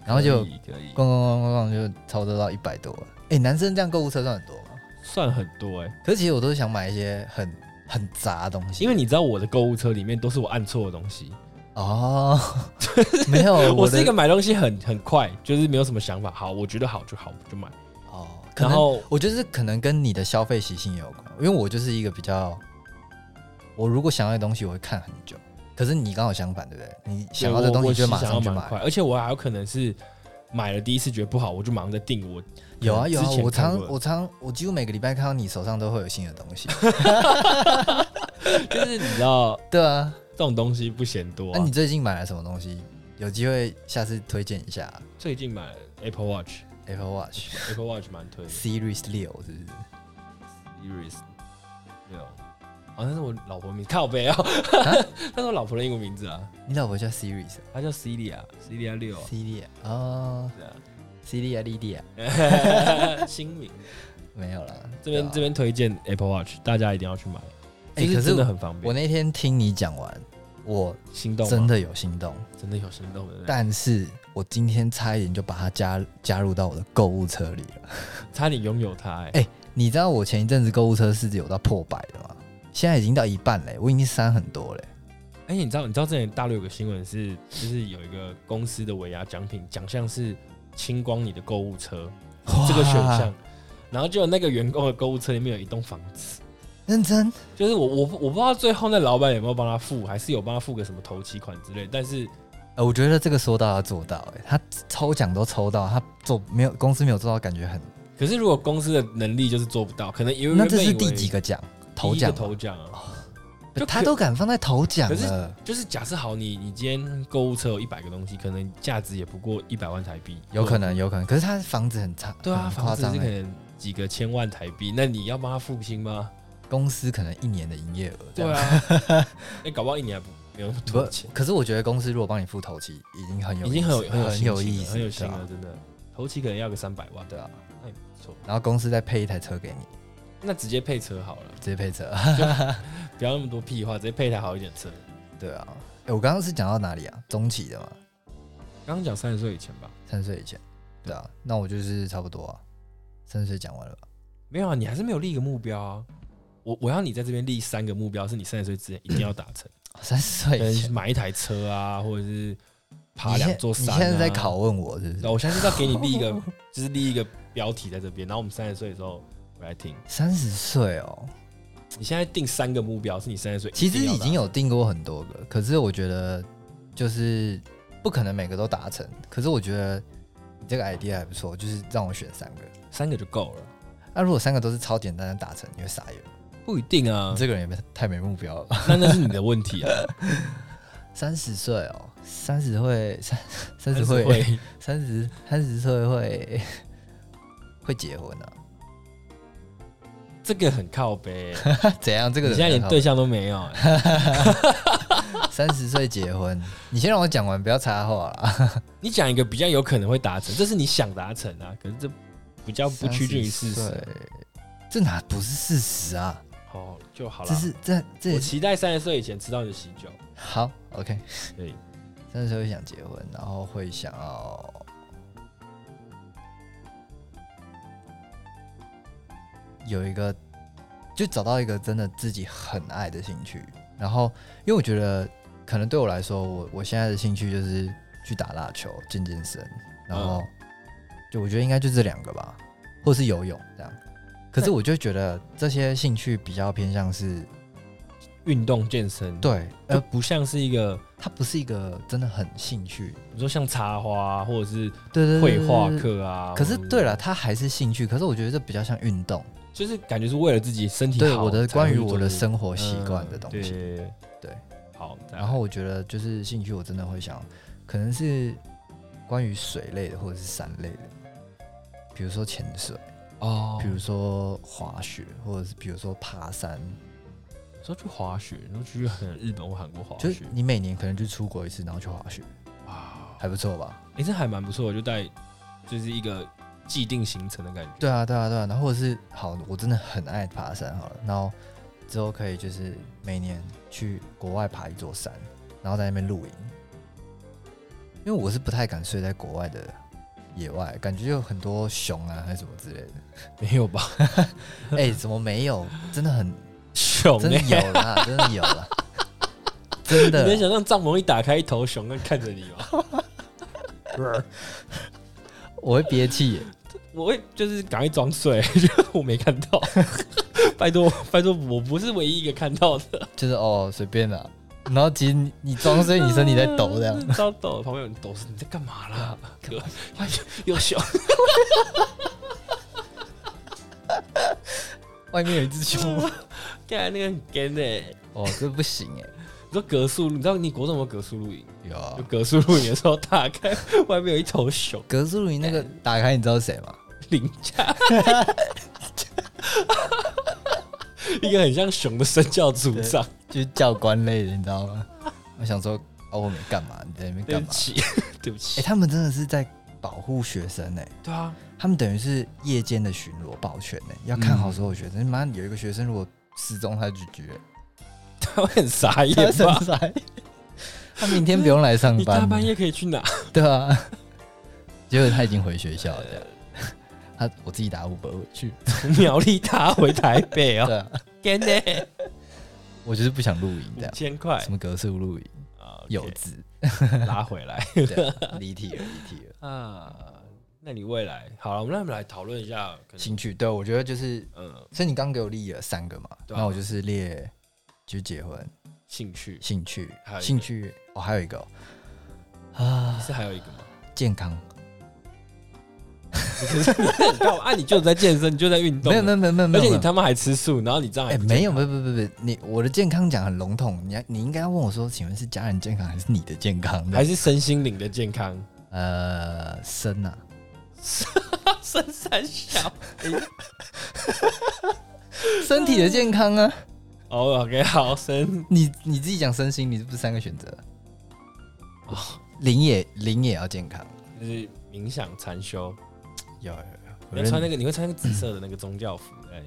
S1: 然后就
S2: 可以可以
S1: 逛逛逛逛逛就差不多到一百多了。哎、男生这样购物车算很多吗？
S2: 算很多哎、
S1: 可是其实我都是想买一些很很杂的东西，
S2: 因为你知道我的购物车里面都是我按错的东西，
S1: 哦， *laughs* 没有，
S2: *laughs*
S1: 哦
S2: 我
S1: 的
S2: 是一个买东西很很快，就是没有什么想法，好，我觉得好就好，我就买，
S1: 哦，可
S2: 然
S1: 能
S2: 后
S1: 我觉得是可能跟你的消费习性也有关，因为我就是一个比较，我如果想要的东西我会看很久，可是你刚好相反，对不对？你想要的
S2: 我
S1: 东西
S2: 我
S1: 就
S2: 其实
S1: 马
S2: 想要
S1: 上就
S2: 蛮
S1: 买
S2: 快，，而且我还有可能是买了第一次觉得不好，我就马上再订我。
S1: 有啊
S2: 可能
S1: 有啊
S2: 之，前
S1: 我
S2: 看
S1: 常
S2: 过的
S1: 我常我几乎每个礼拜看到你手上都会有新的东西，
S2: 就是你知道
S1: *laughs* 对啊，
S2: 这种东西不嫌多、
S1: 那、
S2: 啊。
S1: 你最近买了什么东西？有机会下次推荐一下
S2: 最近买 Apple Watch，Apple
S1: Apple Watch
S2: Watch 蛮推的
S1: Series 六，是不是？
S2: ，Series 六，好哦像是我老婆名，靠背哦，
S1: 啊
S2: *laughs* 那是我老婆的英文名字啊，
S1: 你老婆叫 Series 啊
S2: 她叫
S1: *laughs*
S2: Celia，Celia 六啊，
S1: Celia 哦
S2: 是啊
S1: ，Celia 莉莉啊，
S2: 新名。
S1: 没有啦。啊
S2: 这边这
S1: 边，
S2: 边推荐 Apple Watch，大家一定要去买，
S1: 哎、可
S2: 就是
S1: 是
S2: 真的很方
S1: 我
S2: 便。
S1: 那天听你讲完，我
S2: 心动吗啊
S1: 真的有心动，
S2: 真的有心动的，
S1: 但是我今天差一点就把它加加入到我的购物车里了。
S2: 差点拥有它、哎、
S1: 哎你知道我前一阵子购物车是有到破百的吗？现在已经到一半嘞，我已经删很多嘞。
S2: 而哎且你知道，你知道之前大陆有个新闻是，就是有一个公司的尾牙奖品奖项是清光你的购物车这个选
S1: 哇
S2: 项，然后就有那个员工的购物车里面有一栋房子，
S1: 认真
S2: 就是我我不我不知道最后那老板有没有帮他付，还是有帮他付个什么头期款之类，但是
S1: 呃，我觉得这个说到要做到、欸，他抽奖都抽到，他做没有公司没有做到，感觉很。
S2: 可是如果公司的能力就是做不到，可能因为
S1: 那这是
S2: 原本以
S1: 第
S2: 为
S1: 几个奖？
S2: 第一
S1: 头
S2: 个
S1: 奖吗，哦
S2: 头奖啊，就
S1: 他
S2: 可
S1: 都敢放在头奖
S2: 可是
S1: 了，
S2: 就是假设好你你今天购物车有一百个东西，可能价值也不过一百万台币，
S1: 有可能，有可能。可是他房子很差，
S2: 对啊，
S1: 很
S2: 房
S1: 夸
S2: 子是
S1: 张、
S2: 可
S1: 欸。
S2: 能几个千万台币，那你要帮他付清吗？
S1: 公司可能一年的营业额这样。
S2: 啊，
S1: *laughs*
S2: 那搞不好一年还不没有那么多
S1: 不
S2: 钱，，
S1: 可是我觉得公司如果帮你付头期，已经很有
S2: 已经很
S1: 意
S2: 有
S1: 思
S2: 很有
S1: 很有
S2: 心
S1: 意
S2: 情了
S1: 思，
S2: 很有心
S1: 对
S2: 了，
S1: 啊
S2: 真的。头期可能要个三百万，
S1: 对啊。
S2: 那也不错。
S1: 然后公司再配一台车给你，
S2: 那直接配车好了，
S1: 直接配车。 *laughs*
S2: 不要那么多屁话，直接配一台好一点的车。
S1: 对啊，哎，我刚刚是讲到哪里啊？中期的嘛，
S2: 刚刚讲三十岁以前吧，
S1: 三十岁以前。对啊，那我就是差不多啊，三十岁讲完了吧？
S2: 没有啊，你还是没有立一个目标啊。我我要你在这边立三个目标，是你三十岁之前一定要达成，
S1: 三十岁
S2: 可
S1: 以
S2: 能
S1: 前，
S2: 买一台车啊，或者是爬
S1: 嗯呃你现
S2: 两座山、啊
S1: 你现在在拷问我是不
S2: 对
S1: 是？
S2: 我相信要给你立一个， *laughs* 就是立一个标题在这边，然后我们三十岁的时候回来听。
S1: 三十岁哦，
S2: 你现在定三个目标，是你三十岁
S1: 其
S2: 一
S1: 实
S2: 定要
S1: 已
S2: 达
S1: 经有定过很多个，可是我觉得就是不可能每个都达成。可是我觉得你这个 idea 还不错，就是让我选三个。
S2: 三个就够了，
S1: 那、如果三个都是超简单的达成，你会傻眼。
S2: 不一定
S1: *laughs*
S2: 啊
S1: 你。这个人也没太没目标了吧？
S2: 那那是你的问题啊，
S1: 三十岁哦，三十会 *laughs* 三三十
S2: 但是
S1: 会三十三十岁会会结婚啊？ *laughs*
S2: 这个很靠背，
S1: 怎样？这
S2: 你
S1: 个
S2: 现在连对象都没有欸，
S1: 三十岁结婚，你先让我讲完，不要插话啦。
S2: 你讲一个比较有可能会达成，这是你想达成啊，可是这比较不趋近于事
S1: 30
S2: 实。
S1: 岁，这哪不是事实啊？
S2: 哦，就好
S1: 这
S2: 了。
S1: 是这这
S2: 我
S1: 也是
S2: 期待三十岁以前吃到你的喜酒，
S1: 好 OK。
S2: 可以。
S1: 三十岁会想结婚，然后会想要有一个，就找到一个真的自己很爱的兴趣。然后，因为我觉得可能对我来说，我我现在的兴趣就是去打蜡球、健健身，然后、就我觉得应该就这两个吧，或是游泳这样。可是
S2: 那
S1: 我就觉得这些兴趣比较偏向是
S2: 运动健身，，
S1: 对，
S2: 呃，
S1: 呃，
S2: 不像是一个，
S1: 它不是一个真的很兴趣，
S2: 你说像插花啊或者是
S1: 对对对
S2: 绘画
S1: 对对
S2: 课啊。
S1: 呃可是
S2: 或者
S1: 对了，，他还是兴趣，可是我觉得这比较像运动，
S2: 就是感觉是为了自己身体
S1: 对
S2: 好
S1: 我的
S2: 才
S1: 关
S2: 会
S1: 于
S2: 去
S1: 我
S2: 做
S1: 的
S2: 这个
S1: 生活习惯的东西。
S2: 嗯对
S1: 对，
S2: 好，
S1: 然后我觉得就是兴趣，我真的会想，可能是关于水类的或者是山类的，比如说潜水，
S2: 哦，
S1: 比如说滑雪，或者是比如说爬山，
S2: 说去滑雪，然后去很日本或韩国滑
S1: 就
S2: 雪
S1: 是，你每年可能就出国一次，然后去滑雪，
S2: 哇，
S1: 还不错吧？
S2: 哎、这还蛮不错的，就带就是一个既定行程的感觉。
S1: 对啊，对啊，对啊。然后或者是好，我真的很爱爬山，好了，然后之后可以就是每年去国外爬一座山，然后在那边露营。因为我是不太敢睡在国外的野外，感觉有很多熊啊还是什么之类的。 *laughs*
S2: 没有吧？
S1: 哎、怎么没有？真的很，
S2: 熊
S1: 真
S2: 欸
S1: 的有啦，真的有啦，真
S2: 你能
S1: 的。
S2: 想象帐篷一打开，一头熊在看着你哦
S1: *laughs*
S2: 吗？
S1: 我会憋气耶，
S2: 我会就是赶快装睡， *laughs* 我没看到。 *laughs* 拜托，拜托，我不是唯一一个看到的。，
S1: 就是哦随便啦。然后其实你你装睡，你身体在抖这样。
S2: 在抖，嗯旁边有人抖，你在干嘛啦？有有有熊，
S1: 外面有一只熊，
S2: *laughs* 干那个很干的、欸，
S1: *laughs* 哦，这不行哎、
S2: 你说格数，你知道你国中有没有格数露营？
S1: 有啊
S2: 就格数露营的时候，打开 *laughs* 外面有一头熊
S1: 格斯鲁尼那个打开，你知道谁吗？
S2: 凌
S1: *laughs*
S2: 驾， *laughs* 一个很像熊的身教组长，
S1: 就是教官类的，你知道吗？我想说，哦，我没干嘛，你在那边
S2: 对
S1: 干
S2: 不
S1: 嘛？
S2: 起， *laughs* 对不
S1: 哎、
S2: 起，
S1: 他们真的是在保护学生哎、
S2: 对啊，
S1: 他们等于是夜间的巡逻保全哎、要看好所有学生。妈、有一个学生如果失踪，他就拒绝，
S2: 他会很傻眼
S1: 他
S2: 吧？
S1: 神塞，他明天不用来上
S2: 你
S1: 班
S2: 大 *laughs*
S1: 了，
S2: 半夜可以去哪？
S1: 对啊，结果他已经回学校了这样。 *laughs* 他我自己打五百回去，
S2: 从苗栗搭回台
S1: *laughs*
S2: 北哦，
S1: 对啊，
S2: 干的，
S1: 我就是不想露营这
S2: 五
S1: 样，
S2: 千块
S1: 啊什么格式露营，
S2: 啊，OK，
S1: 有
S2: *laughs*
S1: 字，
S2: 拉
S1: *laughs*
S2: 回来。
S1: 对啊，离题了，离题了。
S2: 啊，那你未来好了，我们让我们来讨论一下，可能
S1: 兴趣，对啊我觉得就是，
S2: 嗯
S1: 所以你刚给我列了三个嘛，
S2: 对啊
S1: 那我就是列就是结婚、
S2: 兴趣
S1: 兴趣
S2: 还有一、个
S1: 兴趣，哦，还有一个哦啊，
S2: 是还有一个吗？
S1: 健康，
S2: *laughs* 你可是你你干嘛？啊，你就在健身，你就在运动，
S1: 没有没有没有没有没
S2: 而且
S1: 有
S2: 你，他妈还吃素，然后你这样还
S1: 哎，
S2: 不
S1: 没有没
S2: 健
S1: 有没有没有，你我的健康讲很笼统，你你应该要问我说，请问是家人健康还是你的健康
S2: 康
S1: 呢？
S2: 还是身心灵的健
S1: *laughs*
S2: 康，
S1: 呃，生啊，
S2: 身三小。
S1: 身体的健康啊，
S2: 哦，OK，好，身
S1: 你你自己讲身心，你是不是三个选择？
S2: 哦
S1: 灵也灵也要健康，
S2: 就是冥想禅修，
S1: 有有
S2: 你会穿那个，你会穿那个紫色的那个宗教服，哎，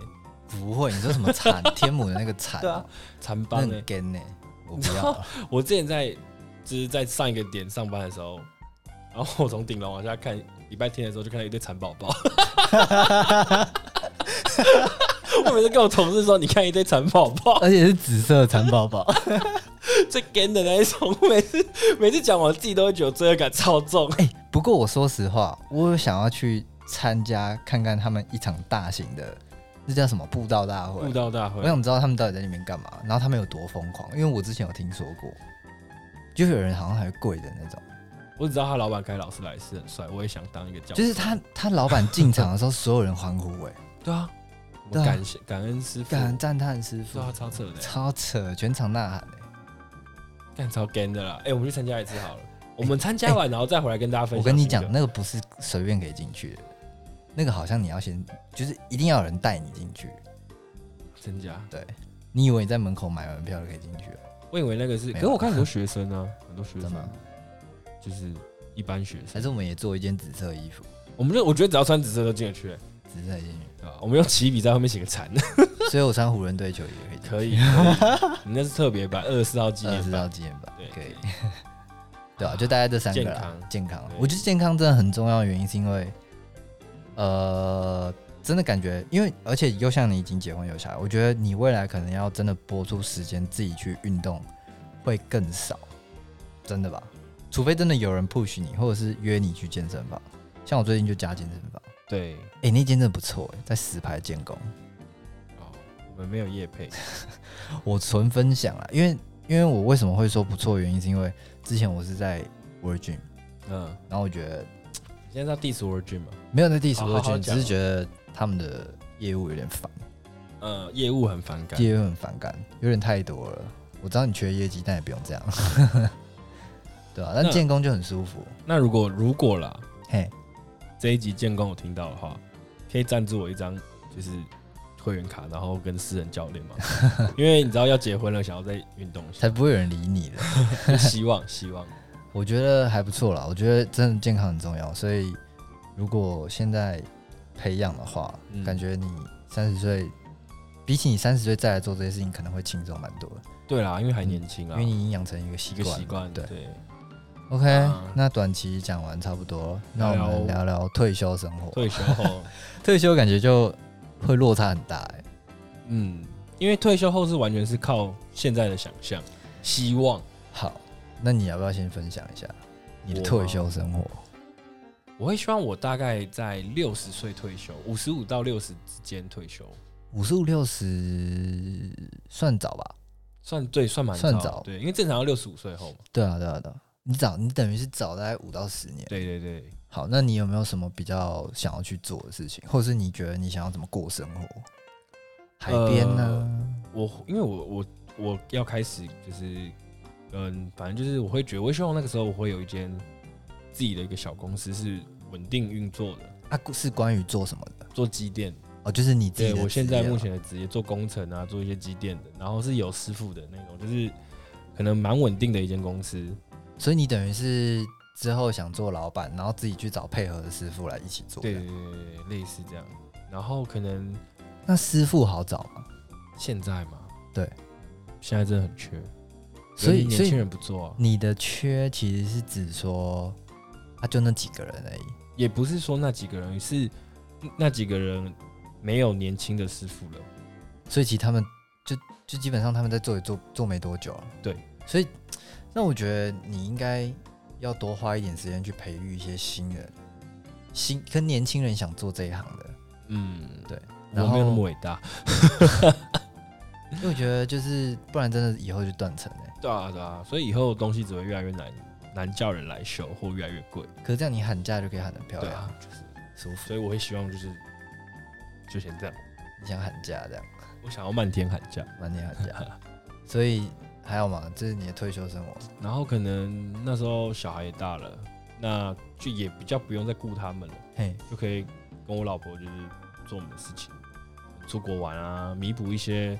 S1: 不会，你说什么蚕天母的那个蚕、
S2: *laughs* 对啊，禅
S1: 那
S2: 帮
S1: 很
S2: 哎。
S1: 干呢、我不要啊。
S2: 我之前在就是在上一个点上班的时候，然后我从顶楼往下看，礼拜天的时候就看到一堆蚕宝宝。我每次跟我同事说，你看一堆蚕宝宝，
S1: *laughs* 而且是紫色蚕宝宝， *laughs*
S2: 最 gay 的那一种。我每次每次讲，我自己都会觉得罪恶感超重。
S1: 哎、不过我说实话，我有想要去参加看看他们一场大型的，那叫什么布道大会
S2: 布？道大
S1: 我
S2: 会，
S1: 想知道他们到底在里面干嘛，然后他们有多疯狂，因为我之前有听说过，就有人好像还会跪的那种，
S2: 我只知道他老板开劳斯莱斯很帅，我也想当一个教授。
S1: 就是他他老板进场
S2: *laughs*
S1: 的时候，所有人欢呼、哎，
S2: 对啊，我
S1: 对啊
S2: 感谢感恩师傅，
S1: 感赞叹师傅
S2: 对，啊，超扯的，
S1: 超扯，全场呐喊、哎
S2: 干超 gay 的啦。哎、我们去参加一次好了。我们参加完，然后再回来跟大家
S1: 哎
S2: 分享。
S1: 我跟你讲，，那个不是随便可以进去的，那个好像你要先，就是一定要有人带你进去。
S2: 参加。
S1: 你以为你在门口买门票就可以进去了？
S2: 我以为那个是，
S1: 没有
S2: 可是我看很多学生啊，很多学
S1: 真
S2: 生
S1: 的吗
S2: 就是一般学
S1: 还
S2: 生。
S1: 是我们也做一件紫色衣服，
S2: 我们就我觉得只要穿紫色都进得去、欸，
S1: 紫色进去，
S2: 对吧？我们用起笔在后面写个
S1: *laughs*
S2: 残，
S1: 所以我穿湖人队球衣也可以进去。 *laughs*
S2: 可以。可以你那是特别版，二十四号纪
S1: 二
S2: 念啊
S1: 十
S2: 版
S1: 到。纪念版
S2: 对，
S1: 可以。 *laughs* 对啊，就大概这三个
S2: 健
S1: 啦
S2: 康。
S1: 健康
S2: 对，
S1: 我觉得健康真的很重要的原因是因为，呃，真的感觉，因为而且又像你已经结婚有小孩，我觉得你未来可能要真的拨出时间自己去运动会更少，真的吧？除非真的有人 push 你，或者是约你去健身房。像我最近就加健身房，
S2: 对，
S1: 哎、那间真的不错、诶在石牌建工，
S2: 哦，我们没有夜配，
S1: 我纯分享啦，因为因为我为什么会说不错，原因是因为之前我是在 Virgin，
S2: 嗯，
S1: 然后我觉得
S2: 你现在要 diss Virgin 吗？
S1: 没有在 diss
S2: 哦好
S1: v i
S2: 好好
S1: r 只
S2: 讲
S1: 是觉得他们的业务有点烦，
S2: 嗯，业务很反感，
S1: 业务很反感，有点太多了。我知道你缺业绩，但也不用这样， *laughs* 对啊，但
S2: 那
S1: 建工就很舒服，
S2: 那如果如果啦，
S1: 嘿，
S2: 这一集建工我听到的话，可以赞助我一张就是会员卡，然后跟私人教
S1: *laughs*
S2: 练嘛，因为你知道要结婚了，想要再运动一下
S1: 才，不会有人理你的。
S2: *laughs* 希望希望。
S1: 我觉得还不错啦，我觉得真的健康很重要，所以如果现在培养的话，
S2: 嗯
S1: 感觉你三十岁，比起你三十岁再来做这些事情，可能会轻松蛮多的，
S2: 对啦，因为还年轻啊，
S1: 因为你已经养成一个习
S2: 一个
S1: 惯
S2: 习
S1: 了。
S2: 惯，
S1: 对
S2: 对，
S1: OK，、
S2: 啊
S1: 那短期讲完差不多，那我
S2: 聊聊
S1: 们聊聊退休生活。
S2: 退休后，
S1: *laughs* 退休感觉就会落差很大、欸，
S2: 嗯，因为退休后是完全是靠现在的想象、希望。
S1: 好，那你要不要先分享一下你的退休生活？
S2: 啊我会希望我大概在六十岁退休，五十五到六十之间退休，
S1: 五十五六十算早吧？
S2: 算对，算蛮
S1: 算
S2: 的
S1: 早
S2: 对，因为正常要六十五岁后嘛。
S1: 对啊，对啊，对啊，你早，你等于是早大概五到十年。
S2: 对对对，
S1: 好，那你有没有什么比较想要
S2: 呃
S1: 去做的事情，或者是你觉得你想要怎么过生活？海边呢、
S2: 我因为我我我要开始就是嗯，反正就是我会觉得，我会希望那个时候我会有一间自己的一个小公司是稳定运作的，
S1: 啊，是关于做什么的？
S2: 做机电。
S1: 哦，就是你自己
S2: 对
S1: 的
S2: 我现
S1: 职业啊
S2: 在目
S1: 吗
S2: 前的职业做工程啊，做一些机电的，然后是有师傅的那种，就是可能蛮稳定的一间公司。
S1: 所以你等于是之后想做老板，然后自己去找配合的师傅来一起做。
S2: 对对，对对，对类似这样。然后可能
S1: 那师傅好找吗？
S2: 现在嘛，
S1: 对，
S2: 现在真的很缺，
S1: 所
S2: 尤
S1: 以
S2: 其
S1: 所
S2: 年轻
S1: 以
S2: 人不做、啊，
S1: 你的缺其实是指说，他、就那几个人而已。
S2: 也不是说那几个人是那几个人没有年轻的师傅了，
S1: 所以其实他们就就基本上他们在做也做做没多久、啊。
S2: 对，
S1: 所以那我觉得你应该要多花一点时间去培育一些新人，新跟年轻人想做这一行的。
S2: 嗯，
S1: 对，
S2: 我
S1: 然
S2: 没有那
S1: 后
S2: 么伟大，
S1: 因为我觉得就是不然真的以后就断层哎。
S2: 对啊对啊，所以以后东西只会越来越难难叫人来修，或越来越贵，
S1: 可是这样你喊价就可以喊得漂
S2: 对
S1: 亮，
S2: 啊，就是
S1: 舒服。
S2: 所以我会希望就是就先这样，
S1: 你想喊价这样，
S2: 我想要漫天喊价，
S1: 满你喊价。 *laughs* 所以还有吗？这是你的退休生活。
S2: 然后可能那时候小孩也大了，那就也比较不用再顾他们了，
S1: 嘿，
S2: 就可以跟我老婆就是做我们的事情，出国玩啊，弥补一些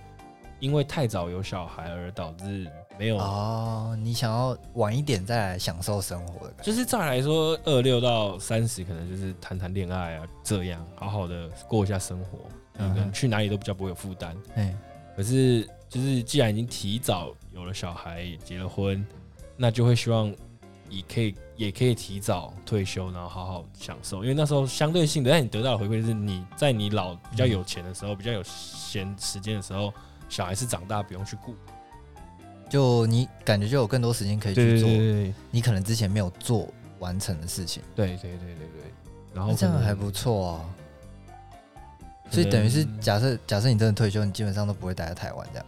S2: 因为太早有小孩而导致没有，
S1: 哦，你想要晚一点再来享受生活的感觉，
S2: 就是照理来说二六到三十可能就是谈谈恋爱啊，这样好好的过一下生活，
S1: 嗯
S2: 嗯，
S1: 哼
S2: 去哪里都比较不会有负担。
S1: 嘿，
S2: 可是就是既然已经提早有了小孩，结了婚，那就会希望也可以也可以提早退休，然后好好享受。因为那时候相对性的，让你得到的回馈就是你在你老比较有钱的时候，比较有闲时间的时候，小孩是长大不用去顾，
S1: 就你感觉就有更多时间可以去做
S2: 对
S1: 你可能之前没有做完成的事情，
S2: 对对对对对。然后
S1: 那这样
S2: 可能
S1: 还不，错啊。
S2: 可能
S1: 所以等于是假设假设你真的退休，你基本上都不会待在台湾这样，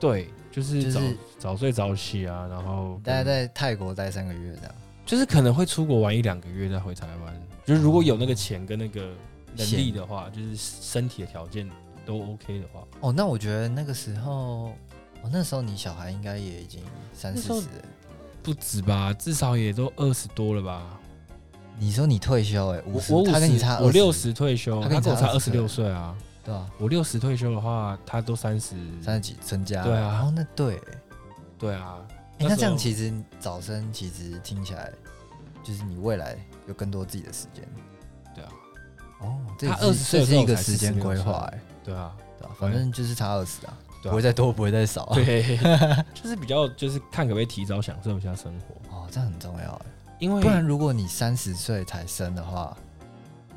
S2: 对，就是
S1: 就是
S2: 早早睡早起啊，然后
S1: 大概在泰国待三个月这样，
S2: 就是可能会出国玩一两个月再回台湾，就是如果有那个钱跟那个能力的话，就是身体的条件都 OK 的话，
S1: 哦，那我觉得那个时候，哦，那时候你小孩应该也已经三
S2: 那
S1: 四
S2: 时候
S1: 十了。
S2: 不止吧，至少也都二十多了吧。
S1: 你说你退休哎、欸，
S2: 我
S1: 50
S2: 我五
S1: 他跟你差
S2: 我
S1: 20
S2: 六十退休，
S1: 他
S2: 啊他
S1: 跟你
S2: 跟我
S1: 差
S2: 差二十
S1: 20
S2: 六岁啊。
S1: 对啊，
S2: 我六十退休的话，他都三十，
S1: 三十几增加，
S2: 对啊
S1: 哦，那对、欸
S2: 对啊。
S1: 欸那这样其
S2: 实
S1: 实你早生其实听起来就是你未来有更多自己的时间，
S2: 对啊，
S1: 哦，这也
S2: 他
S1: 是
S2: 20
S1: 这是
S2: 岁的时候
S1: 一个
S2: 才
S1: 时间
S2: 16
S1: 规划哎，
S2: 对啊，
S1: 对啊，反正就是差二十啊，
S2: 对啊
S1: 不会再多，不会再少、啊， *laughs*
S2: 对，就是比较就是看可不可以提早享受一下生活，
S1: 哦，这样很重要哎、
S2: 因为
S1: 不然如果你三十岁才生的话，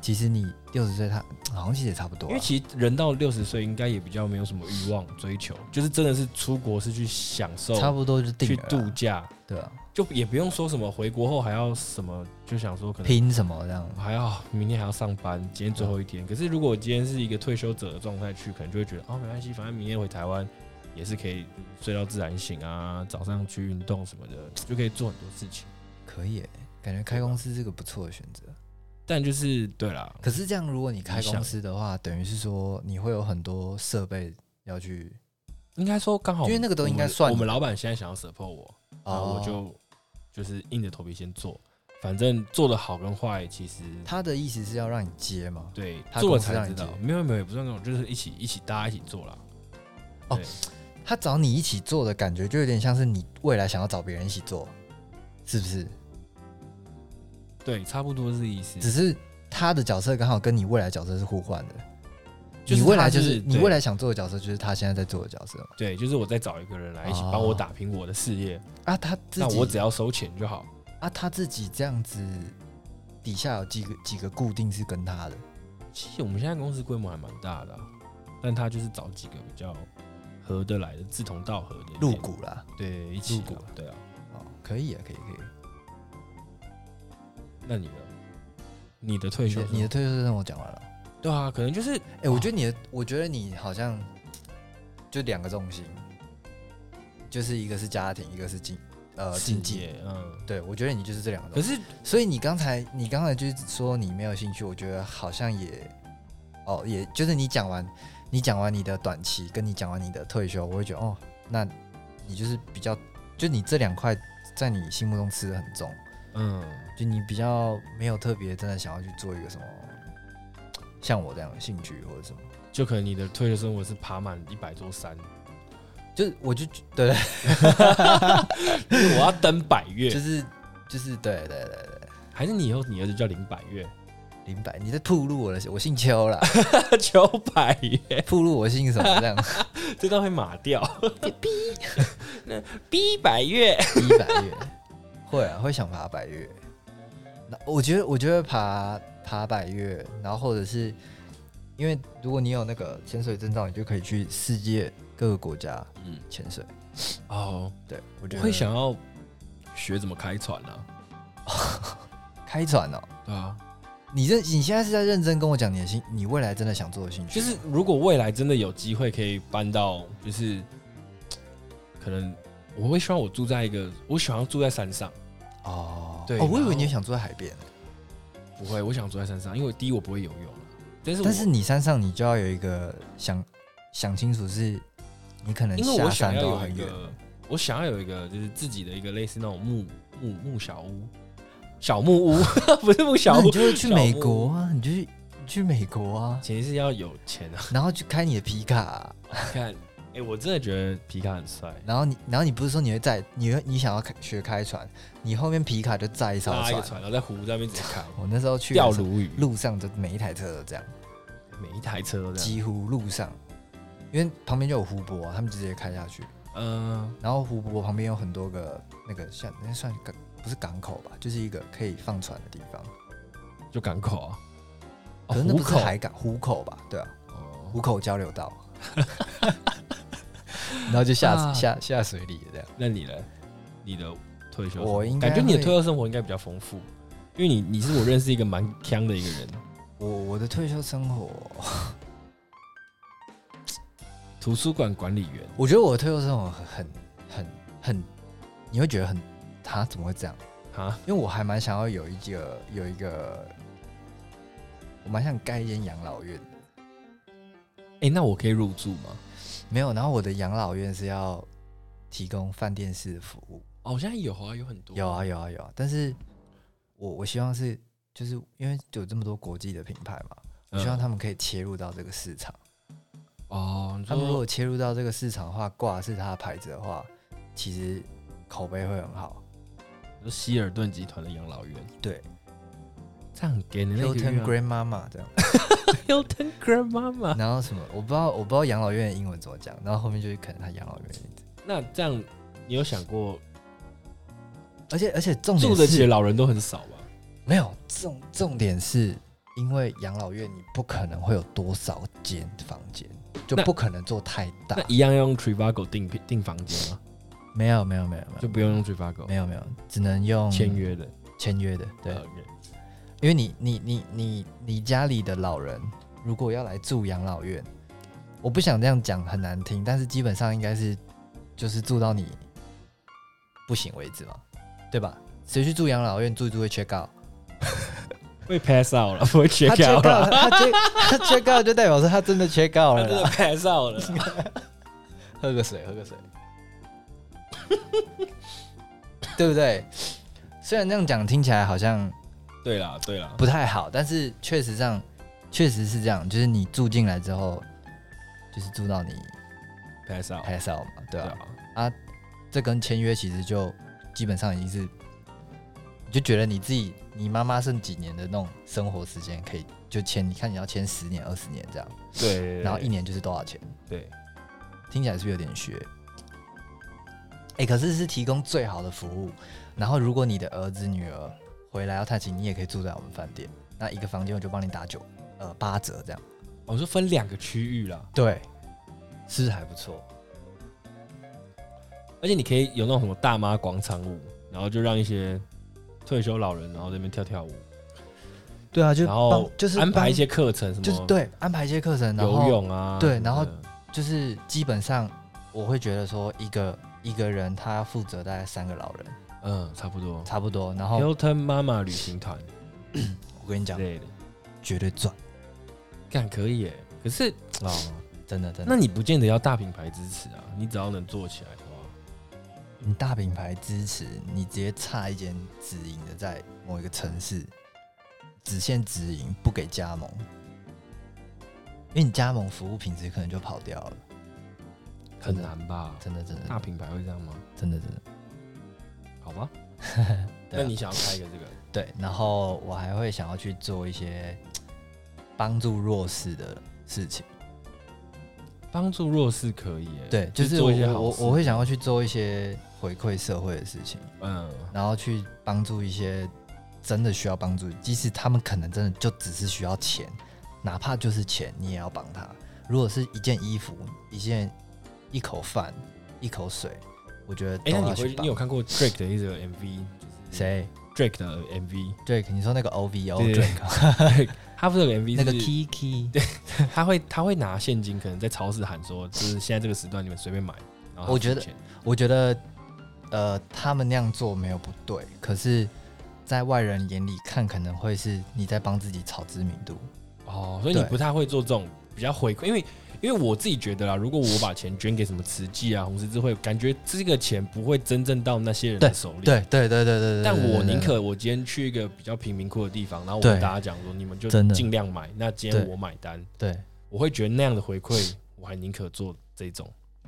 S1: 其实你六十岁他好像其实也差不多啊、
S2: 因为其实人到六十岁，应该也比较没有什么欲望追求，就是真的是出国是去享受，
S1: 差不多就定
S2: 去
S1: 了啊，
S2: 度假，
S1: 对啊，
S2: 就也不用说什么回国后还要什么，就想说可能
S1: 拼什么这样，
S2: 还要明天还要上班，今天最后一天。可是如果我今天是一个退休者的状态去，可能就会觉得哦没关系，反正明天回台湾也是可以睡到自然醒啊，早上去运动什么的，就可以做很多事情。
S1: 可以、欸，感觉开公司是个不错的选择。
S2: 但就是对啦，
S1: 可是这样，如果你开
S2: 理想
S1: 公司的话，等于是说你会有很多设备要去
S2: 应该说刚好
S1: 因为那个都
S2: 我们
S1: 应该算
S2: 我们
S1: 的
S2: 老板现在想要 support 我，然后
S1: 哦
S2: 啊我就就是硬着头皮先做，反正做的好跟坏，其实
S1: 他的意思是要让你接嘛？
S2: 对
S1: 他
S2: 做
S1: 公
S2: 了
S1: 司
S2: 才
S1: 让
S2: 知
S1: 你
S2: 道
S1: 接，
S2: 没有没有，也不算那种，就是一起一起大家一起做啦。
S1: 哦
S2: 对，
S1: 他找你一起做的感觉，就有点像是你未来想要找别人一起做，是不是？
S2: 对，差不多是意思。
S1: 只是他的角色刚好跟你未来角色是互换的。
S2: 就是
S1: 你未来
S2: 他
S1: 就是你
S2: 对
S1: 未来想做的角色，就是他现在在做的角色嘛
S2: 对，就是我再找一个人来一起帮我打拼我的事业，
S1: 啊。他哦自
S2: 那
S1: 己
S2: 我只要收钱就好。
S1: 啊，他自己这样子，底下有几个几个固定是跟他的
S2: 其实我们现在公司规模还蛮大的啊、但他就是找几个比较合得来的、志同道合的
S1: 入，股啦。
S2: 对，一起
S1: 入股
S2: 啊对啊。
S1: 哦，可以啊，可以可以。
S2: 那你呢？你的退
S1: 你
S2: 休
S1: 的
S2: 生活，
S1: 你的退休生活讲完了。
S2: 对啊，可能就是
S1: 哎、我觉得你的，我觉得你好像就两个重心，就是一个是家庭，一个是经呃经
S2: 事
S1: 济。
S2: 业，嗯。
S1: 对，我觉得你就是这两个
S2: 可
S1: 东西。
S2: 是
S1: 所以你刚才你刚才就是说你没有兴趣，我觉得好像也哦，也就是你讲完你讲完你的短期，跟你讲完你的退休，我会觉得哦，那你就是比较，就你这两块在你心目中吃的很重，
S2: 嗯，
S1: 就你比较没有特别真的想要去做一个什么，像我这样的兴趣或者什么，
S2: 就可能你的退休生活是爬满一百
S1: *laughs*
S2: 座山，
S1: 就是我就对，
S2: 就是我要登百越，
S1: 就是就是对对对对，
S2: 还是你以后你儿子叫林百
S1: *laughs*
S2: 越，
S1: 林白，你在吐露我的，我姓邱 *laughs* 啦，
S2: 九百越，
S1: 吐露我姓什么这样，
S2: 这段会码掉。那 B 百越，
S1: 一百月，会啊，会想爬百月。那我觉得，我觉得爬爬百月，然后或者是因为如果你有那个潜水证照，你就可以去世界各个国家
S2: 嗯，
S1: 潜水。
S2: 哦，
S1: 对，我觉
S2: 我
S1: 得
S2: 会想要学怎么开船啊，
S1: 开船哦。
S2: 对啊，
S1: 你认你现在是在认真跟我讲你的兴，你未来真的想做的兴趣
S2: 就
S1: 吗？
S2: 是如果未来真的有机会可以搬到，就是可能我会希望我住在一个，我想要住在山上，
S1: 哦，
S2: 对
S1: 哦，我以
S2: 然后
S1: 为你也想住在海边，
S2: 不会，我想住在山上，因为第一我不会游泳，啊但是我
S1: 但是你山上你就要有一个想想清楚是，你可能
S2: 因为
S1: 下
S2: 我想
S1: 山
S2: 要
S1: 都
S2: 有
S1: 很
S2: 一
S1: 远。
S2: 个，我想要有一个就是自己的一个类似那种木木木小屋，小木屋 *laughs* 不是木 *laughs* 小
S1: 那你
S2: 屋，
S1: 就去
S2: 小
S1: 美
S2: 屋
S1: 国啊，你就去你去美国
S2: *laughs*
S1: 啊，
S2: 前提是要有钱啊。
S1: 然后去开你的皮卡啊、
S2: 看，哎、我真的觉得皮卡很帅，
S1: 然后你，然后你不是说你会在，你会你想要开学开船，你后面皮卡就载一艘
S2: 拉一个
S1: 船。
S2: 船，然后在湖那边直接 *laughs* 开，
S1: 我那时候去
S2: 钓
S1: 的时候
S2: 鲈鱼，
S1: 路上就每一台车都这样，
S2: 每一台车都这样。
S1: 几乎路上，因为旁边就有湖泊啊，他们就直接开下去。
S2: 嗯、
S1: 然后湖泊旁边有很多个那个像那算港不是港口吧，就是一个可以放船的地方。
S2: 就港口啊，
S1: 可
S2: 哦
S1: 是那
S2: 湖
S1: 不是
S2: 口
S1: 海港，湖口吧？对啊，
S2: 哦
S1: 湖口交流 *laughs* 道。然后就下、
S2: 啊
S1: 下下水里了这样。
S2: 那你呢？你的退休生活，
S1: 我应该
S2: 感觉你的
S1: 会
S2: 退休生活应该比较丰富，因为你你是我认识一个蛮强的一个人，
S1: 我我的退休生活。
S2: 图书馆管理员。
S1: *laughs* 我觉得我的退休生活很很很很，你会觉得很，他怎么会这样？
S2: 啊，
S1: 因为我还蛮想要有一个有一个，我蛮想盖一间养老院，
S2: 哎、那我可以入住吗？
S1: 没有。然后我的养老院是要提供饭店式的服务，
S2: 哦，现在有啊，有很多。
S1: 有啊有啊有啊。但是我我希望是就是因为有这么多国际的品牌嘛，我
S2: 嗯
S1: 希望他们可以切入到这个市场。
S2: 哦，你
S1: 他们如
S2: 说
S1: 果切入到这个市场的话，挂的是他的牌子的话，其实口碑会很好。
S2: 你说希尔顿集团的养老院，
S1: 对
S2: 这样给你那个
S1: ，Hilton
S2: 月
S1: Grandmama 这样。 *laughs*
S2: 啊 *laughs* Hilton Grandmama。
S1: 然后什么，我不知道，我不知道养老院的英文怎么讲，然后后面就是可能他养老院的名字，
S2: 那这样，你有想过
S1: 而且而且重
S2: 住
S1: 点
S2: 得起的
S1: 是
S2: 老人都很少吧？
S1: 没有重重点是因为养老院你不可能会有多少间房间，就
S2: 那
S1: 不可能做太大
S2: 那，一样要用 Trivago 订订房间吗？
S1: 没有没有没有没
S2: 就
S1: 有
S2: 不用用 Trivago
S1: 没有没有，嗯只能用
S2: 签约的。
S1: 签约的，对，
S2: 呃
S1: 因为你你你你你家里的老人如果要来住养老院，我不想这样讲很难听，但是基本上应该是就是住到你不行为止嘛，对吧？谁去住养老院住一住会 check out？
S2: 会 pass
S1: *laughs*
S2: out 了，不会 check
S1: 他 check
S2: out 了，
S1: out，他 check 他 check out 就代表说他真的 check
S2: 他
S1: out 了
S2: 真的
S1: 啦。
S2: pass
S1: *laughs*
S2: out 了。
S1: 喝个水，喝个水， *laughs* 对不对？ *laughs* 虽然这样讲听起来好像
S2: 对啦，对啦，
S1: 不太好，但是确实上确实是这样，就是你住进来之后，就是住到你
S2: pass out，
S1: 拍照嘛，对
S2: 对
S1: 吧、
S2: 啊，
S1: 这跟签约其实就基本上已经是，你就觉得你自己你妈妈剩几年的那种生活时间可以就签，你看你要签十年二十年这样，
S2: 对，
S1: 然后一年就是多少钱，
S2: 对，
S1: 听起来是不是有点学？哎、可是是提供最好的服务，然后如果你的儿子女儿回来要探亲，你也可以住在我们饭店，那一个房间我就帮你打九呃八折这样，
S2: 我说分两个区域啦，
S1: 对，是不是还不错？
S2: 而且你可以有那种什么大妈广场舞，然后就让一些退休老人，然后在那边跳跳舞，
S1: 对啊，就
S2: 然后
S1: 帮就是
S2: 安排
S1: 帮
S2: 一些课程，什么
S1: 就是对安排一些课程，然后
S2: 游泳啊，
S1: 对
S2: 什么
S1: 然后
S2: 的
S1: 就是基本上我会觉得说，一个一个人他要负责大概三个老人
S2: 嗯，差不多。
S1: 差不多，然后
S2: Hilton 妈妈旅行团
S1: 我跟你
S2: 之
S1: 讲，
S2: 类的，
S1: 绝对赚。
S2: 干可以耶。可是哦，
S1: *laughs* 真的真的。
S2: 那你不见得要大品牌支持啊，你只要能做起来的话，
S1: 你大品牌支持，你直接差一间直营的在某一个城市，只限直营，不给加盟，因为你加盟服务品质可能就跑掉了。
S2: 很难吧？
S1: 真的真的
S2: 大品牌会这样吗？
S1: 真的真的。
S2: 好吧，
S1: *laughs* 对啊
S2: 那你想要开一个这个？
S1: 对，然后我还会想要去做一些帮助弱势的事情。
S2: 帮助弱势可以耶、
S1: 对，就是
S2: 做
S1: 我
S2: 一些好
S1: 我
S2: 事
S1: 我会想要去做一些回馈社会的事情，
S2: 嗯，
S1: 然后去帮助一些真的需要帮助，即使他们可能真的就只是需要钱，哪怕就是钱，你也要帮他。如果是一件衣服、一件一口饭、一口水，我觉得都
S2: 哎、那
S1: 要
S2: 你
S1: 啊去
S2: 会
S1: 帮。
S2: 你有看过 Drake 的一个 MV？
S1: 谁？
S2: Drake 的 MV，
S1: 对，你说那个 O V 哦 O
S2: 对
S1: Drake
S2: 他不是有个 MV
S1: 那个
S2: 是
S1: Kiki，
S2: 他会他会拿现金，可能在超市喊说，就是现在这个时段你们随便买。然后他付
S1: 我觉得
S2: 钱
S1: 我觉得，呃，他们那样做没有不对，可是，在外人眼里看，可能会是你在帮自己炒知名度。
S2: 哦，所以你
S1: 对
S2: 不太会做这种比较回馈，因为因为我自己觉得啦，如果我把钱捐给什么慈济啊、红十字会，感觉这个钱不会真正到那些人的手里。
S1: 对对对对对对。
S2: 但
S1: 对
S2: 我
S1: 对
S2: 宁
S1: 对
S2: 可我今天去一个比较贫民窟的地方，然后我
S1: 对
S2: 跟大家讲说，你们就
S1: 真的
S2: 尽量买。那今天
S1: 对
S2: 我买单，
S1: 对
S2: 我会觉得那样的回馈，我还宁可做这种。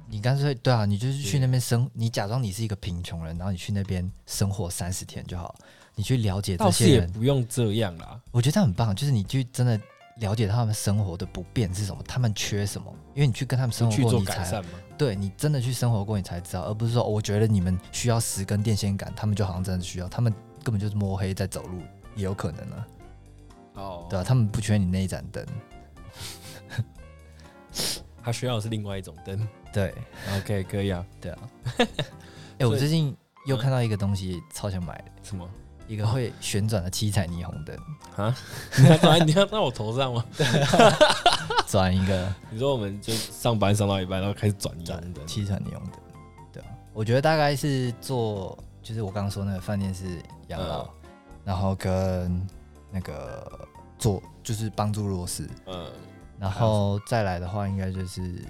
S1: 你干脆对啊，你就是去
S2: 对
S1: 那边生，你假装你是一个贫穷人，然后你去那边生活三十天就好，你去了解这
S2: 倒是
S1: 些
S2: 也
S1: 人，
S2: 不用这样啦，
S1: 我觉得这样很棒，就是你去真的了解他们生活的不便是什么，他们缺什么，因为你去跟他们生
S2: 去
S1: 活过，
S2: 做
S1: 你
S2: 改
S1: 才
S2: 善嘛。
S1: 对你真的去生活过，你才知道，而不是说、哦我觉得你们需要十根电线杆，他们就好像真的需要，他们根本就是摸黑在走路，也有可能啊，
S2: 哦，
S1: 对吧、他们不缺你那一盏灯，
S2: 他需要的是另外一种灯。
S1: 对
S2: OK，可以啊。
S1: 对啊。哎、我最近又看到一个东西，超想买的，
S2: 什
S1: *laughs*
S2: 么
S1: 一个会旋转的七彩霓虹灯，
S2: 啊？你要转你要到我头上吗？
S1: 转一个
S2: 你说我们就上班上到一半，然后开始转移红灯。
S1: 七彩霓虹灯，对啊。我觉得大概是做，就是我刚刚说那个饭店是养老，然后跟那个做就是帮助弱势。
S2: 嗯，
S1: 然后再来的话，应该就是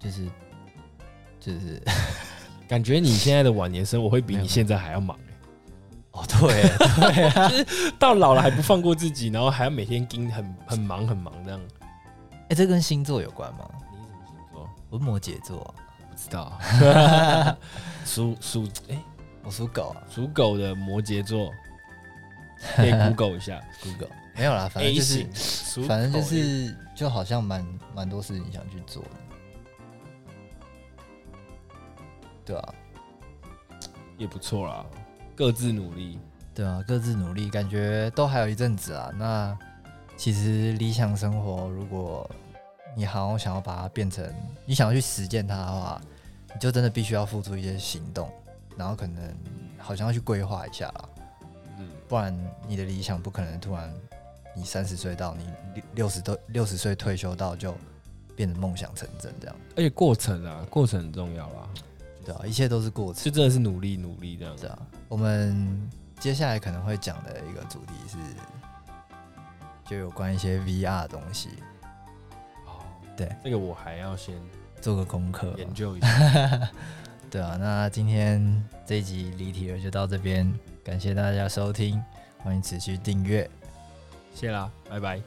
S1: 就是就是 *laughs*
S2: 感觉你现在的晚年生活会比
S1: 没有没
S2: 你
S1: 有
S2: 现在还要忙、欸
S1: 哦，对对啊，
S2: *laughs* 到老了还不放过自己，然后还要每天盯很很忙很忙这样。
S1: 哎、这跟星座有关吗？
S2: 你是什么星座？
S1: 我是摩羯座，啊
S2: 不知 *laughs* 道。属属哎
S1: 我属狗啊
S2: 属狗的摩羯座，可以 Google 一 *laughs* 下。
S1: ，Google 没有啦，反正
S2: A
S1: 就
S2: 型
S1: 是，
S2: 属狗
S1: 反正就
S2: 的
S1: 是就好像蛮蛮多事情想去做的，对啊
S2: 也不错啦，各自努力。
S1: 对啊，各自努力，感觉都还有一阵子啊。那其实理想生活，如果你好像想要把它变成，你想要去实践它的话，你就真的必须要付出一些行动，然后可能好像要去规划一下啦，
S2: 嗯，
S1: 不然你的理想不可能突然你三十岁到你六六十都六十岁退休到就变成梦想成真这样，
S2: 而且过程啊，过程很重要啦，
S1: 对啊，一切都是过程，
S2: 这真的是努力努力这样子。
S1: 对啊。我们接下来可能会讲的一个主题是。就有关一些 VR 的东西，
S2: 哦，
S1: 对，
S2: 这个我还要先
S1: 做个功课。
S2: 研究一下。 *laughs*
S1: 对啊，那今天这一集离题了，就到这边，感谢大家收听，欢迎持续订阅。
S2: 谢啦，拜拜。